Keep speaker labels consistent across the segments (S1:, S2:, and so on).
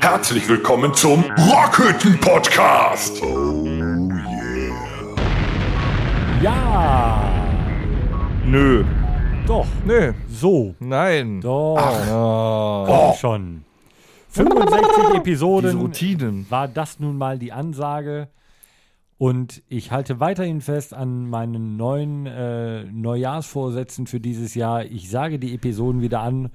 S1: Herzlich willkommen zum Rockhütten Podcast. Oh yeah.
S2: Ja!
S3: Nö.
S2: Doch.
S3: Nö.
S2: So.
S3: Nein.
S2: Doch.
S3: Ah,
S2: Komm schon. 65
S3: diese
S2: Episoden
S3: Routinen.
S2: war das nun mal die Ansage. Und ich halte weiterhin fest an meinen neuen äh, Neujahrsvorsätzen für dieses Jahr. Ich sage die Episoden wieder an.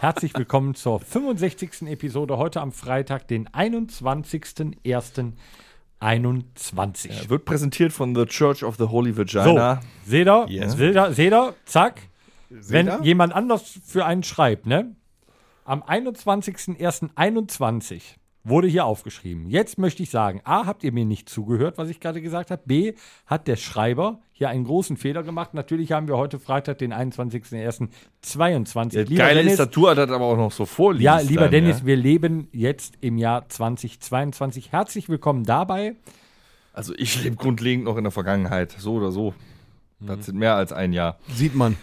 S2: Herzlich willkommen zur 65. Episode heute am Freitag, den 21.01.21.
S3: Wird präsentiert von The Church of the Holy
S2: So,
S3: Vagina.
S2: seht ihr,
S3: Ja.
S2: seht ihr, seht ihr, zack. Wenn
S3: ihr?
S2: jemand anders für einen schreibt, ne? Am 21.01.21 wurde hier aufgeschrieben. Jetzt möchte ich sagen, A, habt ihr mir nicht zugehört, was ich gerade gesagt habe. B, hat der Schreiber hier einen großen Fehler gemacht. Natürlich haben wir heute Freitag, den 21.01.22. Lieber
S3: Geile
S2: Dennis,
S3: ist, dass du das aber auch noch so vorliest.
S2: ja, lieber
S3: dann,
S2: Dennis,
S3: ja.
S2: wir leben jetzt im Jahr 2022. Herzlich willkommen dabei.
S3: Also ich lebe grundlegend noch in der Vergangenheit. So oder so.
S2: Mhm.
S3: Das sind mehr als ein Jahr.
S4: Sieht man.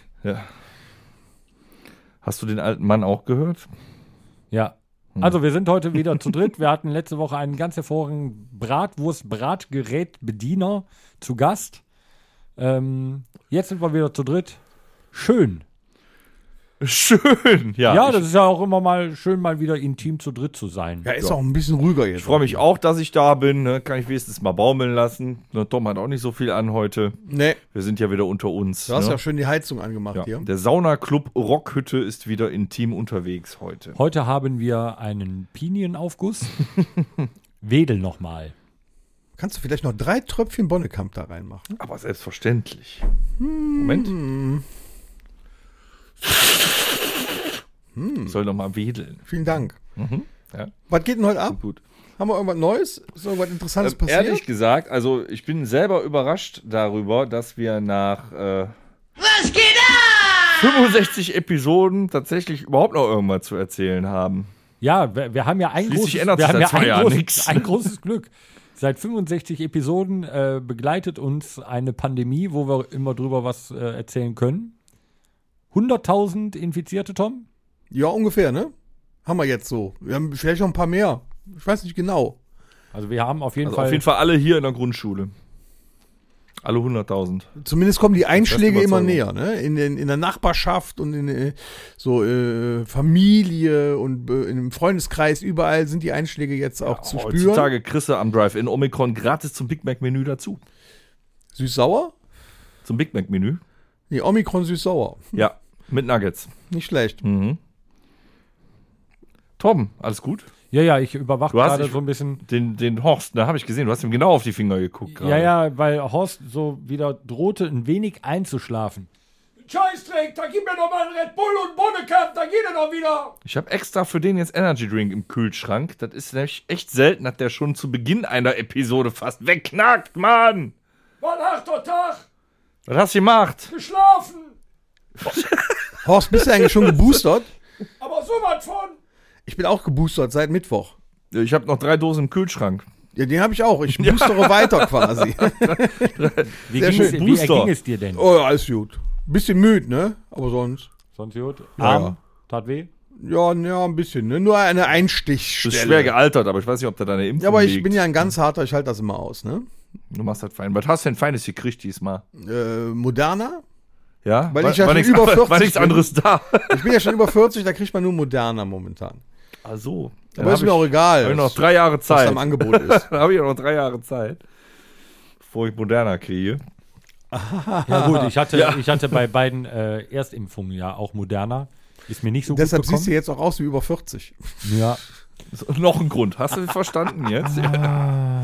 S3: Hast du den alten Mann auch gehört?
S2: Ja.
S3: Hm.
S2: Also wir sind heute wieder zu dritt. Wir hatten letzte Woche einen ganz hervorragenden Bratwurst-Bratgerät-Bediener zu Gast. Ähm, jetzt sind wir wieder zu dritt. Schön.
S3: Schön. Ja,
S2: Ja,
S3: ich
S2: das ist ja auch immer mal schön, mal wieder intim zu dritt zu sein.
S4: Ja, ist auch ein bisschen ruhiger jetzt.
S3: Ich freue mich auch, dass ich da bin. Ne? Kann ich wenigstens mal baumeln lassen. Ne, Tom hat auch nicht so viel an heute.
S4: Nee,
S3: Wir sind ja wieder unter uns.
S4: du hast ja
S3: ne?
S4: schön die Heizung angemacht
S3: ja.
S4: hier.
S3: Der Sauna-Club Rockhütte ist wieder intim unterwegs heute.
S2: Heute haben wir einen Pinienaufguss. Wedel nochmal.
S4: Kannst du vielleicht noch drei Tröpfchen Bonnekamp da reinmachen?
S3: Aber selbstverständlich. Moment.
S4: Hm.
S3: Ich soll noch mal wedeln.
S4: Vielen Dank.
S3: Mhm. ja.
S4: Was geht denn heute ab?
S3: Gut.
S4: Haben wir irgendwas Neues? Ist irgendwas Interessantes
S3: Ähm,
S4: passiert?
S3: ehrlich gesagt, also ich bin selber überrascht darüber, dass wir nach äh, 65 Episoden tatsächlich überhaupt noch irgendwas zu erzählen haben.
S2: Ja, wir, wir haben ja ein
S3: Schließlich
S2: großes,
S3: ändert
S2: wir
S3: sich
S2: haben
S3: seit zwei
S2: ein,
S3: Jahren
S2: großes-
S3: nichts.
S2: ein großes Glück. Seit 65 Episoden äh, begleitet uns eine Pandemie, wo wir immer drüber was äh, erzählen können. 100.000 Infizierte, Tom?
S4: Ja, ungefähr, ne? Haben wir jetzt so. Wir haben vielleicht noch ein paar mehr. Ich weiß nicht genau.
S2: Also wir haben auf jeden,
S3: Also
S2: Fall,
S3: auf jeden Fall alle hier in der Grundschule. Alle 100.000.
S4: Zumindest kommen die Einschläge immer
S3: Überzeugung.
S4: näher, ne? In, den, in der Nachbarschaft und in äh, so äh, Familie und äh, im Freundeskreis, überall sind die Einschläge jetzt auch zu spüren.
S3: Heutzutage kriegst du am Drive-In Omikron gratis zum Big Mac-Menü dazu.
S4: Süß-sauer?
S3: Zum Big Mac-Menü.
S4: Nee, Omikron süß-sauer.
S3: Ja, mit Nuggets.
S4: Nicht schlecht.
S3: Mhm. Tom, alles gut?
S2: Ja, ja, ich überwache
S3: Du hast-
S2: gerade
S3: ich-
S2: so ein bisschen.
S3: Den, den Horst, da habe ich gesehen, du hast ihm genau auf die Finger geguckt. gerade.
S2: Ja, ja, weil Horst so wieder drohte, ein wenig einzuschlafen. Scheißdreck, da gib mir doch mal einen Red Bull und Bonnekamp, da geht er doch wieder.
S3: Ich habe extra für den jetzt Energy Drink im Kühlschrank. Das ist nämlich echt selten, dass der schon zu Beginn einer Episode fast wegknackt, Mann.
S2: War ein harter Tag,
S3: Was hast du gemacht?
S2: geschlafen,
S4: Horst, bist du eigentlich schon geboostert?
S2: aber so was von.
S4: Ich bin auch geboostert seit Mittwoch.
S3: Ich habe noch drei Dosen im Kühlschrank.
S4: Ja, den habe ich auch. Ich boostere weiter quasi.
S2: Wie,
S4: Sehr
S2: ging's,
S3: schön.
S2: wie
S3: Booster.
S2: erging es dir denn?
S4: oh ja, alles gut. Bisschen müde, ne? Aber sonst.
S2: Sonst gut?
S4: Ja.
S2: Arm, tat weh?
S4: Ja, ja, ein bisschen, ne? Nur eine
S3: Das
S4: Einstichstelle.
S3: ist schwer gealtert, aber ich weiß nicht, ob da deine Impfung
S4: ja, aber ich
S3: liegt.
S4: bin ja ein ganz harter, ich halte das immer aus, ne?
S3: Du machst das fein. Was hast du denn Feines gekriegt diesmal?
S4: Äh, Moderna?
S3: Ja?
S4: Weil ich ja schon
S3: nichts
S4: über
S3: an-
S4: 40
S3: War nichts
S4: bin.
S3: anderes da.
S4: Ich bin ja schon über 40, da kriegt man nur Moderna momentan.
S3: Ach so. Dann
S4: Aber ist
S3: hab
S4: mir auch
S3: ich, hab
S4: egal,
S3: ich noch drei Jahre
S4: was
S3: Zeit.
S4: am Angebot ist.
S3: Da habe ich noch drei Jahre Zeit, bevor ich Moderna kriege.
S2: Ja gut, ich hatte, ich hatte bei beiden äh, Erstimpfungen ja auch Moderna. Ist mir nicht so
S4: Deshalb
S2: gut
S4: siehst du
S2: bekommen.
S4: jetzt auch aus wie über 40.
S2: Ja.
S3: So, noch ein Grund. Hast du verstanden jetzt? Ja.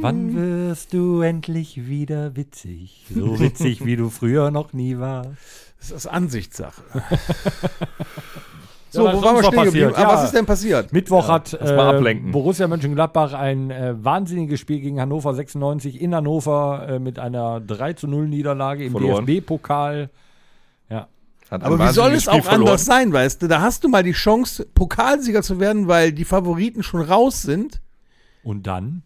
S2: Wann wirst du endlich wieder witzig? So witzig, wie du früher noch nie warst.
S4: Das ist Ansichtssache.
S2: Ja,
S4: so,
S2: was
S4: wo
S2: ist
S4: waren
S2: sonst noch
S4: wir stehen geblieben?
S2: passiert?
S4: Ah,
S2: Ja.
S4: was ist denn passiert?
S2: Mittwoch hat äh,
S3: lass mal ablenken.
S2: Borussia Mönchengladbach ein äh, wahnsinniges Spiel gegen Hannover 96 in Hannover äh, mit einer 3 zu 0 Niederlage im
S3: Verloren.
S2: DFB-Pokal. Ja.
S3: Hat ein
S4: Aber wie
S3: wahnsinniges
S4: soll es
S3: Spiel
S4: auch
S3: verloren.
S4: anders sein, weißt du? Da hast du mal die Chance, Pokalsieger zu werden, weil die Favoriten schon raus sind.
S2: Und dann?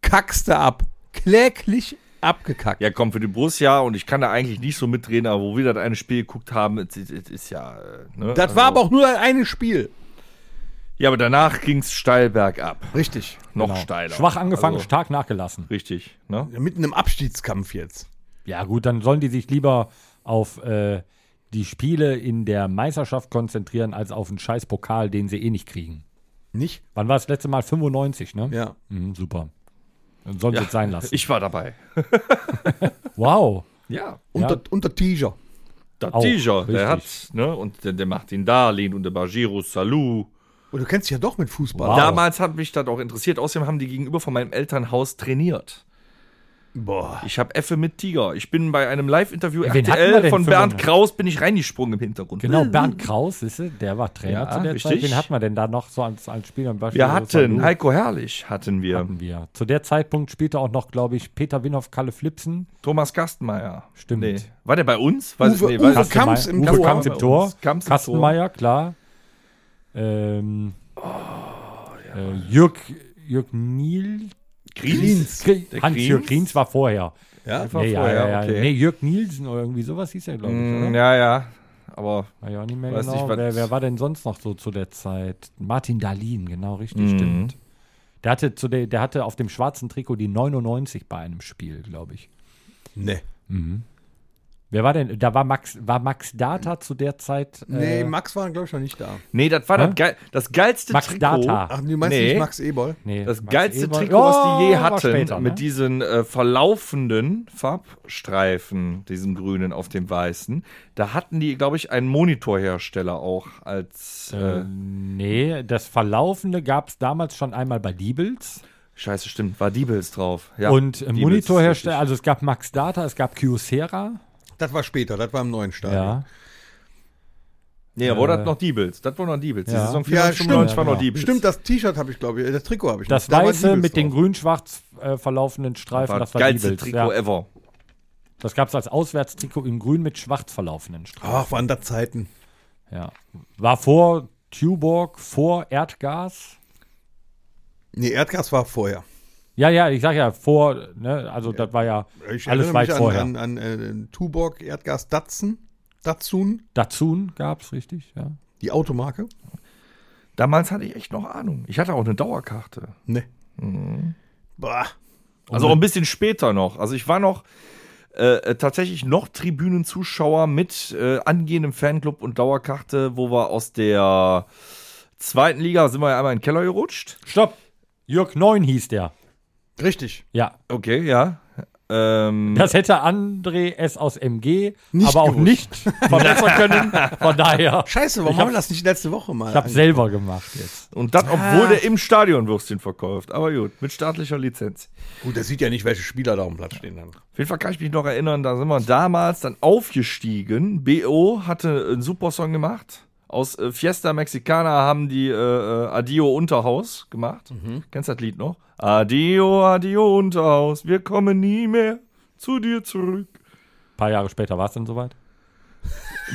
S4: Kackst du ab. Kläglich abgekackt.
S3: Ja, komm, für die Brust ja, und ich kann da eigentlich nicht so mitreden, aber wo wir das eine Spiel geguckt haben, es es- es ist ja. äh, Ne?
S4: Das war aber auch nur ein eines Spiel.
S3: Ja, aber danach ging's steil bergab.
S4: Richtig.
S3: Noch
S2: Genau.
S3: steiler.
S2: Schwach angefangen,
S3: Also,
S2: stark nachgelassen.
S3: richtig, ne?
S4: Ja, mitten im Abstiegskampf jetzt.
S2: Ja, gut, dann sollen die sich lieber auf äh, die Spiele in der Meisterschaft konzentrieren, als auf einen scheiß Pokal, den sie eh nicht kriegen.
S4: Nicht?
S2: Wann war das letzte Mal? 95, ne?
S4: Ja.
S2: Mhm, super. Dann sollen sie es sein lassen.
S3: Ich war dabei.
S2: wow.
S3: Ja.
S4: Unter, unter Tiger.
S3: Der
S2: Auch,
S3: Tiger, der
S2: richtig.
S3: hat, ne? Und der, der Martin Darlin und der Bajiro Salou.
S4: Und Oh, du kennst dich ja doch mit Fußball.
S2: Wow.
S3: Damals hat mich das auch interessiert. Außerdem haben die gegenüber von meinem Elternhaus trainiert.
S4: Boah.
S3: Ich habe Effe mit Tiger. Ich bin bei einem Live-Interview
S2: Wen hatten wir
S3: RTL
S2: denn
S3: von
S2: für
S3: Bernd
S2: Mann?
S3: Kraus bin ich reingesprungen im Hintergrund.
S2: Genau, Bernd Kraus, siehst du, der war Trainer
S3: Hm. Ja,
S2: zu der Zeit.
S3: richtig.
S2: Wen hatten wir denn da noch so als, als Spieler?
S3: Wir hatten
S2: hatten
S3: Heiko Herrlich, hatten wir.
S2: wir. Zu der Zeitpunkt spielte auch noch, glaube ich, Peter Winhoff, Kalle Flipsen.
S3: Thomas Kastenmeier.
S2: Stimmt.
S3: War der bei uns?
S4: Uwe-
S3: weiß
S4: Uwe
S3: ich-
S4: Kamps
S2: Kamps
S4: im
S2: im, Uwe
S4: Tor.
S2: Kamps im Tor.
S3: Kamps im
S2: Kastenmeier, klar. Ähm, äh, Jörg, Jörg Niel.
S3: Kriens. Der
S2: Hans-Jörg
S3: Kriens?
S2: Kriens war vorher.
S4: Ja?
S3: War vorher, okay.
S2: Nee, Jörg Nielsen oder irgendwie sowas hieß er, glaube ich.
S3: Mm,
S2: oder?
S3: Ja, ja. Aber
S2: War ja auch nicht mehr
S3: Weiß
S2: genau.
S3: nicht, was-
S2: wer, wer war denn sonst noch so zu der Zeit? Martin Dahlin, genau, richtig,
S3: Mm.
S2: stimmt. Der hatte, zu der, der hatte auf dem schwarzen Trikot die 99 bei einem Spiel, glaube ich.
S4: Nee.
S2: Wer war denn? Da war Max, war Max Data zu der Zeit.
S4: Nee,
S2: äh,
S4: Max war, glaube ich, noch nicht da.
S3: nee, das war
S2: Hä?
S3: das, geil, das geilste
S2: Max
S3: Trikot.
S2: Data.
S4: Ach, du meinst
S3: Nee.
S4: nicht Max Eberl?
S2: nee,
S3: Das
S2: Max
S3: geilste
S2: Eber-
S3: Trikot, was die je
S2: Ja, war
S3: hatten,
S2: später,
S3: mit
S2: ne?
S3: diesen äh, verlaufenden Farbstreifen, diesen grünen auf dem weißen, da hatten die, glaube ich, einen Monitorhersteller auch als. Äh,
S2: Äh, nee, das Verlaufende gab es damals schon einmal bei Diebels.
S3: Scheiße, stimmt, war Diebels drauf. Ja,
S2: und äh,
S3: Diebels ist
S2: Monitorhersteller,
S3: richtig.
S2: also es gab Max Data, es gab Kyocera.
S4: Das war später, das war im neuen Stadion.
S2: Ja.
S3: Nee, aber
S2: äh,
S3: das noch Diebels. Das war noch Diebels. Die
S2: Ja.
S3: Saison
S4: Ja,
S3: 94 95 war
S2: stimmt.
S3: noch Diebels.
S4: Stimmt, das T-Shirt habe ich, glaube ich, das Trikot habe ich.
S2: Das
S4: noch. Da war
S2: Weiße
S4: Siebels
S2: mit den
S4: drauf.
S2: grün-schwarz äh, verlaufenden Streifen,
S3: war das
S2: das war
S3: geilste
S2: Diebels.
S3: Trikot
S2: ja.
S3: ever.
S2: Das gab es als Auswärtstrikot in grün mit schwarz verlaufenden Streifen.
S4: Ach, waren da Zeiten.
S2: Ja. War vor Tuborg, vor Erdgas.
S4: Nee, Erdgas war vorher.
S2: Ja, ja, ich sag ja vor, ne, also das war ja
S4: Ich
S2: alles
S4: erinnere
S2: weit
S4: mich an,
S2: vorher.
S4: an, an äh, Tuborg, Erdgas, Datsun. Datsun,
S2: Datsun gab es, richtig, ja.
S4: die Automarke.
S3: Damals hatte ich echt noch Ahnung. Ich hatte auch eine Dauerkarte.
S4: Nee. Ne.
S2: Mhm.
S4: Bah.
S3: Also auch ein bisschen später noch. Also ich war noch äh, äh, tatsächlich noch Tribünenzuschauer mit äh, angehendem Fanclub und Dauerkarte, wo wir aus der zweiten Liga sind wir ja einmal in den Keller gerutscht.
S2: Stopp! Jörg Neun hieß der.
S4: Richtig.
S2: Ja.
S3: Okay, ja. Ähm,
S2: Das hätte André S. aus MG
S4: Nicht
S2: aber auch
S4: gewusst.
S2: nicht verbessern können. Von daher.
S4: Scheiße, warum
S2: Ich hab-
S4: haben wir das nicht letzte Woche mal?
S2: Ich habe
S4: ange-
S2: selber gemacht jetzt.
S3: und das, obwohl der im Stadion Würstchen verkauft. Aber gut, mit staatlicher Lizenz.
S4: Gut, der sieht ja nicht, welche Spieler da auf dem Platz stehen dann.
S3: Auf jeden Fall kann ich mich noch erinnern, da sind wir damals dann aufgestiegen. BO hatte einen Supersong gemacht. Aus äh, Fiesta Mexicana haben die äh, äh, Adio Unterhaus gemacht. Kennst das Lied noch? Adio, Adio Unterhaus, wir kommen nie mehr zu dir zurück.
S2: Ein paar Jahre später war es dann soweit.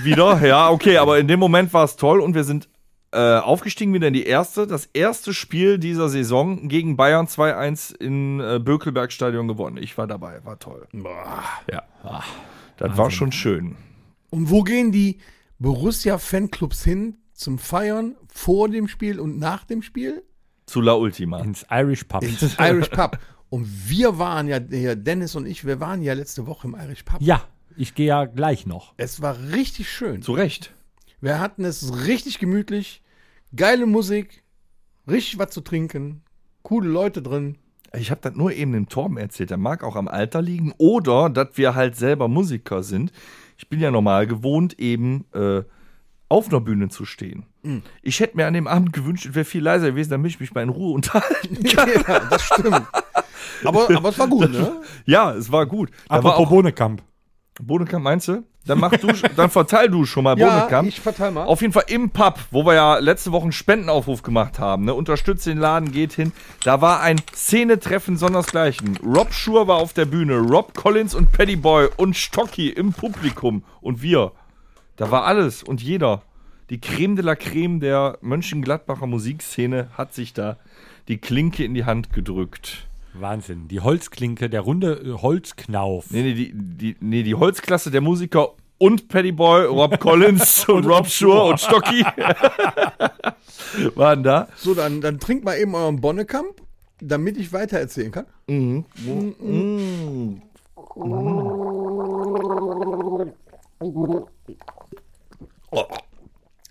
S3: Wieder? Ja, okay, aber in dem Moment war es toll und wir sind äh, aufgestiegen wieder in die erste. Das erste Spiel dieser Saison gegen Bayern 2-1 in äh, Bökelberg Stadion gewonnen. Ich war dabei, war toll. Ja. Das war schon schön.
S4: Und wo gehen die Borussia-Fanclubs hin zum Feiern vor dem Spiel und nach dem Spiel?
S3: Zu La Ultima.
S2: Ins Irish Pub.
S4: Ins Irish Pub. Und wir waren ja, hier Dennis und ich, wir waren ja letzte Woche im Irish Pub.
S2: ja, ich gehe ja gleich noch.
S4: Es war richtig schön.
S3: Zu Recht.
S4: Wir hatten es richtig gemütlich, geile Musik, richtig was zu trinken, coole Leute drin.
S3: Ich habe das nur eben dem Torben erzählt. Der mag auch am Alter liegen oder dass wir halt selber Musiker sind. Ich bin ja normal gewohnt, eben äh, auf einer Bühne zu stehen.
S4: Mhm.
S3: Ich hätte mir an dem Abend gewünscht, es wäre viel leiser gewesen, damit ich mich mal in Ruhe unterhalten
S4: Ja, das stimmt. Aber, aber es war gut, ne?
S3: Ja, es war gut. Da war
S2: Apropos
S3: auch
S2: Bohnekamp.
S3: Bonekamp, meinst du? Dann, mach du, dann verteil du schon mal Bonekamp.
S4: ich verteile mal.
S3: Auf jeden Fall im Pub, wo wir ja letzte Woche einen Spendenaufruf gemacht haben. Ne? Unterstützt den Laden, geht hin. Da war ein Szenetreffen sondersgleichen. Rob Schur war auf der Bühne, Rob Collins und Paddy Boy und Stocky im Publikum und wir. Da war alles und jeder. Die Creme de la Creme der Mönchengladbacher Musikszene hat sich da die Klinke in die Hand gedrückt.
S2: Wahnsinn. Die Holzklinke, der runde äh, Holzknauf.
S3: Nee, nee, die, die, nee, die Holzklasse der Musiker und Paddy Boy, Rob Collins und, Rob Schur und Stocky waren da.
S4: So, dann, dann trinkt mal eben euren Bonnekamp, damit ich weiter erzählen kann.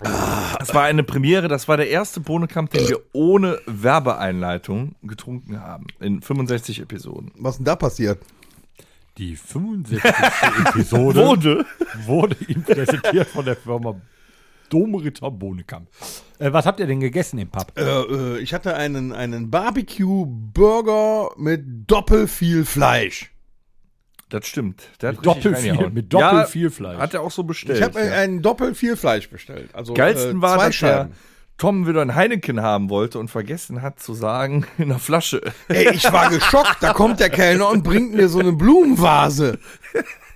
S3: Das war eine Premiere, das war der erste Bohnenkampf, den wir ohne Werbeeinleitung getrunken haben. In 65 Episoden.
S4: Was denn da passiert?
S2: Die 65. Episode wurde ihm präsentiert von der Firma Domritter Bohnekamp. Äh, was habt ihr denn gegessen im Pub?
S4: Äh, äh, ich hatte einen, einen Barbecue-Burger mit doppelt viel Fleisch.
S3: Das stimmt. Der hat
S2: Mit doppel
S3: richtig
S2: viel-
S3: reingehauen.
S2: mit doppel viel Fleisch.
S3: Hat er auch so bestellt.
S4: Ich habe
S3: ja.
S4: einen doppelt viel Fleisch bestellt. Also
S3: Geilsten
S4: äh,
S3: war,
S4: zwei
S3: dass er
S4: Scheiben.
S3: Tom wieder ein Heineken haben wollte und vergessen hat zu sagen, in der Flasche.
S4: Ey, ich war geschockt. Da kommt der Kellner und bringt mir so eine Blumenvase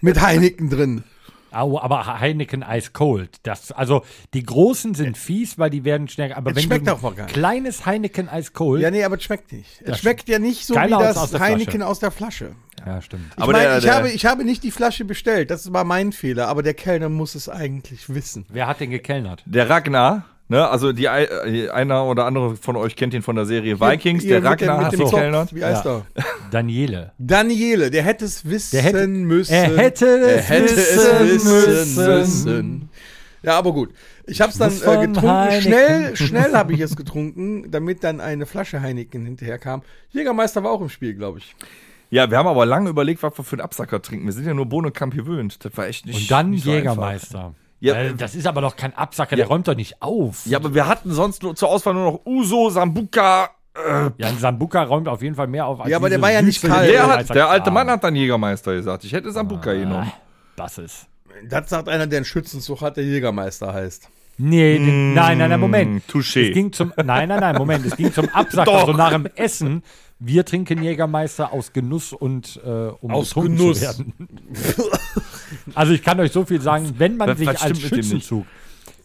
S4: mit Heineken drin.
S2: Au, aber Heineken Ice Cold. Das, also die großen sind fies, weil die werden schnell. Aber
S4: Es
S2: wenn
S4: schmeckt
S2: du
S4: auch mal gar nicht.
S2: kleines Heineken Ice Cold.
S4: Ja, nee, aber es schmeckt nicht. Es schmeckt ja nicht so
S2: Geiler
S4: wie
S2: als
S4: das
S2: aus der
S4: Heineken
S2: Flasche.
S4: aus der Flasche.
S2: Ja, stimmt.
S4: Ich,
S3: Aber
S4: mein,
S3: der-
S4: ich,
S3: der-
S4: habe, ich habe nicht die Flasche bestellt. Das war mein Fehler. Aber der Kellner muss es eigentlich wissen.
S2: Wer hat denn gekellnert?
S3: Der Ragnar, ne, also die ei- äh, einer oder andere von euch kennt ihn von der Serie Vikings,
S4: Hier
S3: der
S4: mit dem-
S3: Ragnar
S4: mit
S3: hat
S4: dem
S3: den
S4: Zopf.
S3: Kellner.
S4: Wie heißt
S2: Ja.
S4: er?
S2: Daniele.
S4: Daniele, der hätte es wissen
S2: Der hätte-
S4: müssen.
S2: er hätte
S4: Er
S2: es
S4: hätte
S2: wissen müssen.
S4: Ja, aber gut. Ich habe es dann
S2: muss
S4: äh,
S2: von
S4: getrunken.
S2: Heineken.
S4: Schnell, schnell habe ich es getrunken, damit dann eine Flasche Heineken hinterherkam. Jägermeister war auch im Spiel, glaube ich.
S3: Ja, wir haben aber lange überlegt, was wir für einen Absacker trinken. Wir sind ja nur Bohnenkamp gewöhnt. Das war echt nicht
S2: Und dann
S3: nicht so einfach.
S2: Jägermeister.
S3: Ja.
S2: Äh, das ist aber doch kein Absacker, der räumt doch nicht auf.
S3: Ja, aber wir hatten sonst nur, zur Auswahl nur noch Uso, Sambuka. Äh,
S2: Ja, ein Sambuca räumt auf jeden Fall mehr auf als
S4: Ja, aber der
S2: diese
S4: war ja nicht
S2: Wüste, die
S4: kalt.
S3: der,
S2: Jägermeister
S3: hat, der alte
S2: kam.
S3: Mann hat dann Jägermeister gesagt. Ich hätte
S2: Ah.
S3: Sambuka genommen.
S2: Das ist.
S4: Das sagt einer, der einen Schützenzug hat, der Jägermeister heißt.
S2: Nee,
S4: Mm,
S2: den- nein, nein, nein, Moment.
S3: touché.
S2: Es ging zum, nein, nein, nein, Moment. Es ging zum Absacker,
S3: Doch.
S2: so nach dem Essen. Wir trinken Jägermeister aus Genuss und äh, um
S4: Aus
S2: betrunken
S4: Genuss.
S2: also ich kann euch so viel sagen, wenn man
S3: Was-
S2: sich
S3: was
S2: als
S3: stimmt mit dem nicht?
S2: Schützenzug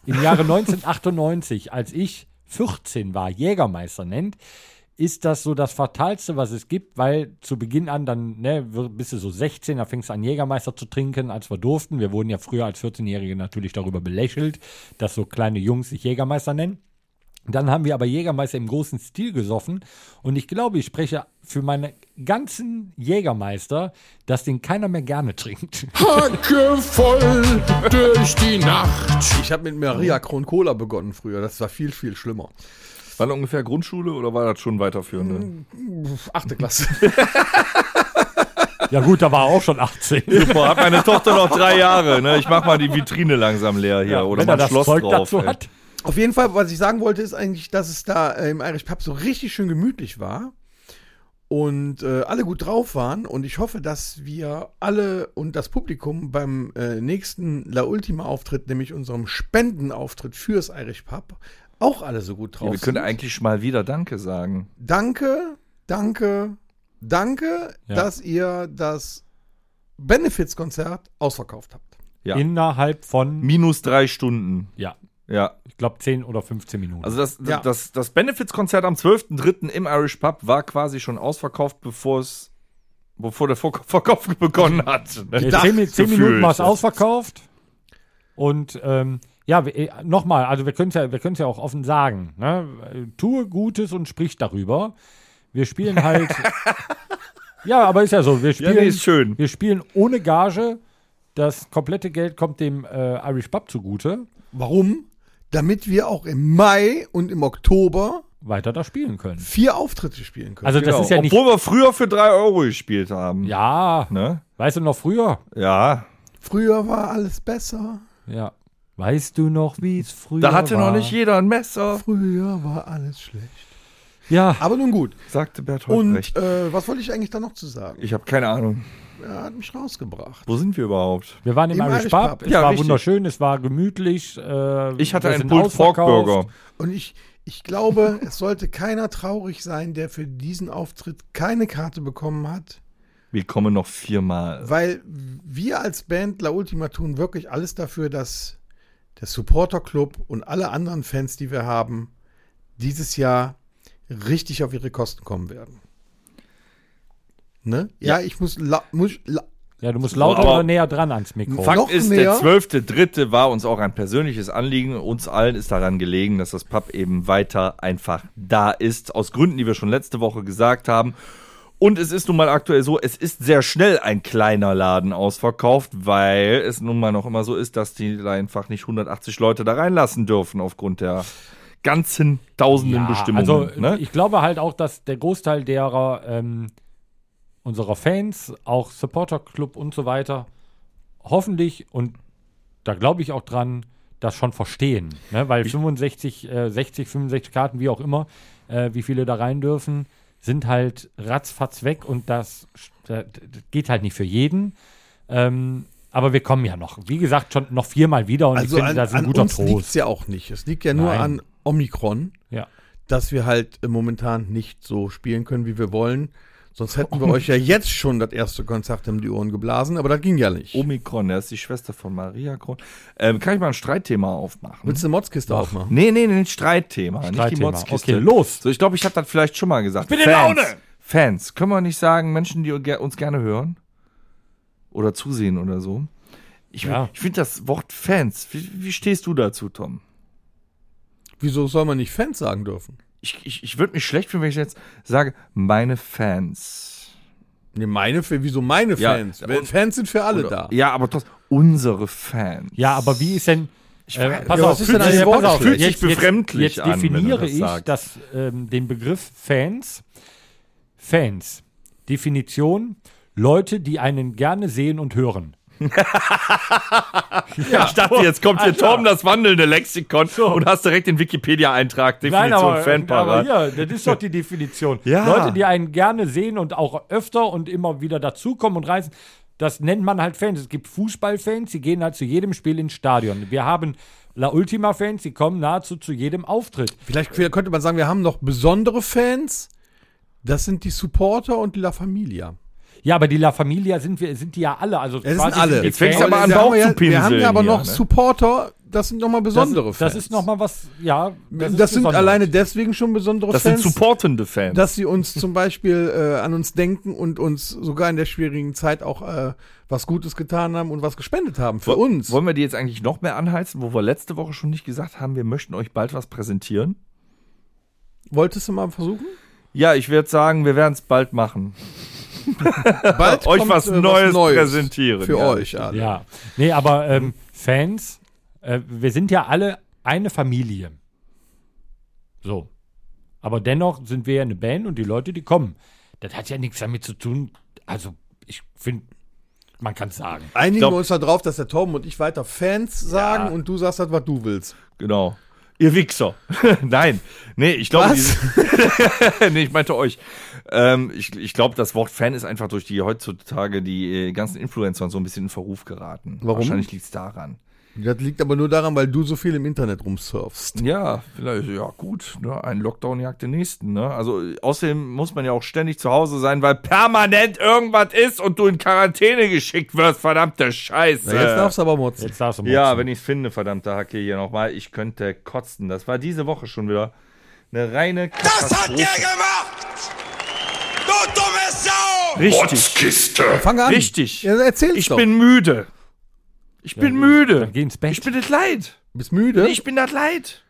S2: im Jahre 1998, als ich 14 war, Jägermeister nennt, ist das so das Fatalste, was es gibt, weil zu Beginn an, dann ne, wir- bist du so 16, da fängst du an, Jägermeister zu trinken, als wir durften. Wir wurden ja früher als 14-Jährige natürlich darüber belächelt, dass so kleine Jungs sich Jägermeister nennen. Dann haben wir aber Jägermeister im großen Stil gesoffen. Und ich glaube, ich spreche für meine ganzen Jägermeister, dass den keiner mehr gerne trinkt.
S5: Hacke voll durch die Nacht.
S4: Ich habe mit Maria Kron Cola begonnen früher. Das war viel, viel schlimmer.
S3: War das ungefähr Grundschule oder war das schon weiterführende?
S4: Hm. Pff, Achte Klasse.
S2: ja gut, da war er auch schon 18.
S3: Super, hat meine Tochter noch drei Jahre. Ne? Ich mach mal die Vitrine langsam leer hier. oder
S2: Wenn
S3: mal
S2: er
S3: ein
S2: das
S3: Schloss
S2: Zeug
S3: drauf.
S2: dazu
S3: ey.
S2: hat.
S4: Auf jeden Fall, was ich sagen wollte, ist eigentlich, dass es da äh, im Irish Pub so richtig schön gemütlich war und äh, alle gut drauf waren. Und ich hoffe, dass wir alle und das Publikum beim äh, nächsten La Ultima-Auftritt, nämlich unserem Spendenauftritt fürs Irish Pub, auch alle so gut drauf
S3: Ja, wir können eigentlich mal wieder Danke sagen.
S4: danke, danke, danke,
S2: Ja.
S4: dass ihr das Benefits-Konzert ausverkauft habt.
S3: Ja.
S2: Innerhalb von,
S3: Minus drei Stunden.
S2: ja,
S3: Ja.
S2: ich glaube 10 oder 15 Minuten.
S3: Also das,
S4: Ja.
S3: das, das Benefits-Konzert am 12.03. im Irish Pub war quasi schon ausverkauft, bevor es bevor der Vor Verkauf begonnen hat. Ne?
S2: Ja, Äh, zehn, Mi- zehn Minuten war es
S3: Das-
S2: ausverkauft. Und ähm, ja, wir- äh, nochmal, also wir können es ja, wir können's ja auch offen sagen. Ne? Äh, Tue Gutes und sprich darüber. Wir spielen halt. ja, aber ist ja so. Wir
S3: Ja,
S2: spielen,
S3: nee, ist schön.
S2: wir spielen ohne Gage. Das komplette Geld kommt dem äh, Irish Pub zugute.
S4: Warum? Damit wir auch im Mai und im Oktober
S2: Weiter da spielen können.
S4: vier Auftritte spielen können.
S2: Also das
S3: Genau.
S2: ist ja nicht.
S3: Obwohl wir früher für drei Euro gespielt haben.
S2: Ja,
S3: Ne?
S2: weißt du noch früher?
S3: Ja.
S4: Früher war alles besser.
S2: Ja. Weißt du noch, wie es früher
S3: Da hatte
S2: war?
S3: noch nicht jeder ein Messer,
S4: Früher war alles schlecht.
S2: Ja.
S4: Aber nun gut.
S3: sagte Berthold
S4: Und
S3: Brecht.
S4: äh, was wollte ich eigentlich da noch zu sagen?
S3: Ich habe keine Ahnung.
S4: Er hat mich rausgebracht.
S3: Wo sind wir überhaupt?
S2: Wir waren im,
S4: Im
S2: Irish
S4: Irish
S2: Pub.
S4: Pub.
S2: Es
S3: Ja,
S2: war
S3: richtig.
S2: wunderschön, es war gemütlich. Äh,
S3: Ich hatte
S2: wir
S3: einen
S2: sind
S3: Pulled Pork
S2: ausverkauft.
S3: Burger.
S4: Und ich, ich glaube, es sollte keiner traurig sein, der für diesen Auftritt keine Karte bekommen hat,
S3: Wir kommen noch viermal.
S4: weil wir als Band La Ultima tun wirklich alles dafür, dass der Supporter Club und alle anderen Fans, die wir haben, dieses Jahr richtig auf ihre Kosten kommen werden. Ne? Ja, ich muss, la muss la
S2: Ja, du musst lauter
S3: Aber-
S2: oder näher dran ans Mikro.
S4: Fuck.
S3: Fakt
S4: Noch
S3: ist,
S4: näher?
S3: der 12.3. war uns auch ein persönliches Anliegen. Uns allen ist daran gelegen, dass das Pub eben weiter einfach da ist. Aus Gründen, die wir schon letzte Woche gesagt haben. Und es ist nun mal aktuell so, es ist sehr schnell ein kleiner Laden ausverkauft, weil es nun mal noch immer so ist, dass die einfach nicht 180 Leute da reinlassen dürfen aufgrund der ganzen tausenden
S2: Ja,
S3: Bestimmungen.
S2: Also
S3: ne?
S2: ich glaube halt auch, dass der Großteil derer ähm, unserer Fans, auch Supporterclub und so weiter, hoffentlich und da glaube ich auch dran, das schon verstehen. Ne? Weil 65, äh, 60, 65 Karten, wie auch immer, äh, wie viele da rein dürfen, sind halt ratzfatz weg und das, das geht halt nicht für jeden. Ähm, aber wir kommen ja noch. Wie gesagt, schon noch viermal wieder und
S4: also
S2: ich finde,
S4: an,
S2: das ist ein
S4: an
S2: guter
S4: uns liegt es
S2: Trost.
S4: ja auch nicht. Es liegt ja nur
S2: Nein.
S4: an Omikron,
S2: Ja.
S4: dass wir halt äh, momentan nicht so spielen können, wie wir wollen. Sonst hätten wir euch ja jetzt schon das erste Konzert in die Ohren geblasen, aber das ging ja nicht.
S2: Oh.
S3: Omikron, der ist die Schwester von Maria Kron. Ähm, kann ich mal ein Streitthema aufmachen?
S4: Willst du eine Motzkiste aufmachen?
S3: Nee, nee, nee, Streitthema, nicht die
S2: Streitthema.
S3: Motzkiste.
S2: Okay, los.
S3: So, ich glaube, ich habe das vielleicht schon mal gesagt.
S2: Bitte
S3: Fans,
S2: Laune!
S3: Fans, können wir nicht sagen, Menschen, die uns gerne hören oder zusehen oder so. Ich,
S2: Ja.
S3: ich finde das Wort Fans, wie, wie stehst du dazu, Tom?
S4: Wieso soll man nicht Fans sagen dürfen?
S3: Ich, ich, ich würde mich schlecht fühlen, wenn ich jetzt sage, meine Fans.
S4: Nee, meine, Fa- wieso meine
S3: Ja,
S4: Fans?
S3: und-
S4: Weil Fans sind für alle
S2: eh-
S4: da.
S3: Ja, aber trotzdem, unsere Fans.
S2: Ja, aber wie ist denn. Äh, pass
S4: Ja,
S2: auf,
S4: was ist denn
S2: jetzt-
S4: eine
S2: pass auf,
S4: Wortspiel?
S3: Fühlt sich befremdlich
S2: Jetzt, jetzt
S3: an, wenn du
S2: definiere
S3: das
S2: ich
S3: sagst.
S2: das, ähm, den Begriff Fans. Fans. Definition: Leute, die einen gerne sehen und hören.
S3: Ich dachte, jetzt kommt hier Tom das wandelnde Lexikon und hast direkt den Wikipedia-Eintrag Definition Fan
S2: aber
S3: parat.
S2: hier, das ist doch die Definition.
S3: Ja.
S2: Leute, die einen gerne sehen und auch öfter und immer wieder dazukommen und reisen, das nennt man halt Fans. Es gibt Fußballfans, die gehen halt zu jedem Spiel ins Stadion. Wir haben La Ultima-Fans, die kommen nahezu zu jedem Auftritt.
S4: Vielleicht könnte man sagen, wir haben noch besondere Fans. Das sind die Supporter und die La Familia.
S2: Ja, aber die La Familia sind wir, sind die ja alle. Also
S4: sind
S2: quasi
S4: alle.
S2: die
S4: Jetzt
S3: fängst du
S2: Fans-
S3: aber an,
S4: Wir haben
S3: Bauch
S4: ja,
S3: zu pinseln
S4: Wir haben ja aber
S3: hier,
S4: noch
S3: ne?
S4: Supporter, das sind nochmal besondere
S2: das,
S4: Fans.
S2: das ist nochmal was, ja.
S4: Das,
S2: ist
S4: sind
S2: besonders.
S4: alleine deswegen schon besondere
S3: Das sind
S4: Fans,
S3: supportende Fans.
S4: dass sie uns zum Beispiel äh, an uns denken und uns sogar in der schwierigen Zeit auch äh, was Gutes getan haben und was gespendet haben für
S3: Wo-
S4: uns.
S3: Wollen wir die jetzt eigentlich noch mehr anheizen, wo wir letzte Woche schon nicht gesagt haben, wir möchten euch bald was präsentieren?
S4: Wolltest du mal versuchen?
S3: Ja, ich würde sagen, wir werden es bald machen.
S4: Bald
S3: Euch was
S4: äh,
S3: Neues präsentieren,
S4: Für
S3: ja.
S4: euch alle.
S2: Ja. Nee, aber ähm, Fans, äh, wir sind ja alle eine Familie. So. Aber dennoch sind wir ja eine Band und die Leute, die kommen. Das hat ja nichts damit zu tun. Also, ich finde, man kann es sagen.
S4: Einigen
S3: glaub-
S4: wir uns darauf, dass der Torben und ich weiter Fans sagen und du sagst das, was du willst.
S3: Genau. Ihr Wichser. Nein. Nee, ich glaube.
S4: Was?
S3: diese- nee, ich meinte euch. Ähm, ich ich glaube, das Wort Fan ist einfach durch die heutzutage die äh, ganzen Influencer so ein bisschen in Verruf geraten.
S4: Warum?
S3: Wahrscheinlich liegt es daran.
S4: Das liegt aber nur daran, weil du so viel im Internet rumsurfst.
S3: Ja, vielleicht, ja, gut. Ne? Ein Lockdown jagt den nächsten. Ne? Also, äh, außerdem muss man ja auch ständig zu Hause sein, weil permanent irgendwas ist und du in Quarantäne geschickt wirst. Verdammte Scheiße.
S4: jetzt darfst du aber motzen.
S2: Jetzt darfst du mal
S3: ja,
S2: zu.
S3: wenn ich es finde, verdammte Hacke hier nochmal. Ich könnte kotzen. Das war diese Woche schon wieder eine reine
S6: Das hat
S3: Katastrophe.
S6: der gemacht! Du dumme Sau!
S3: Richtig,
S1: Botzkiste.
S4: Fang an.
S3: richtig.
S4: Ja, erzähl's
S3: ich
S4: doch.
S3: bin müde. Ich bin müde.
S2: Dann geh ins Bett.
S3: Ich bin das leid.
S4: Bist müde?
S3: Ich bin das leid.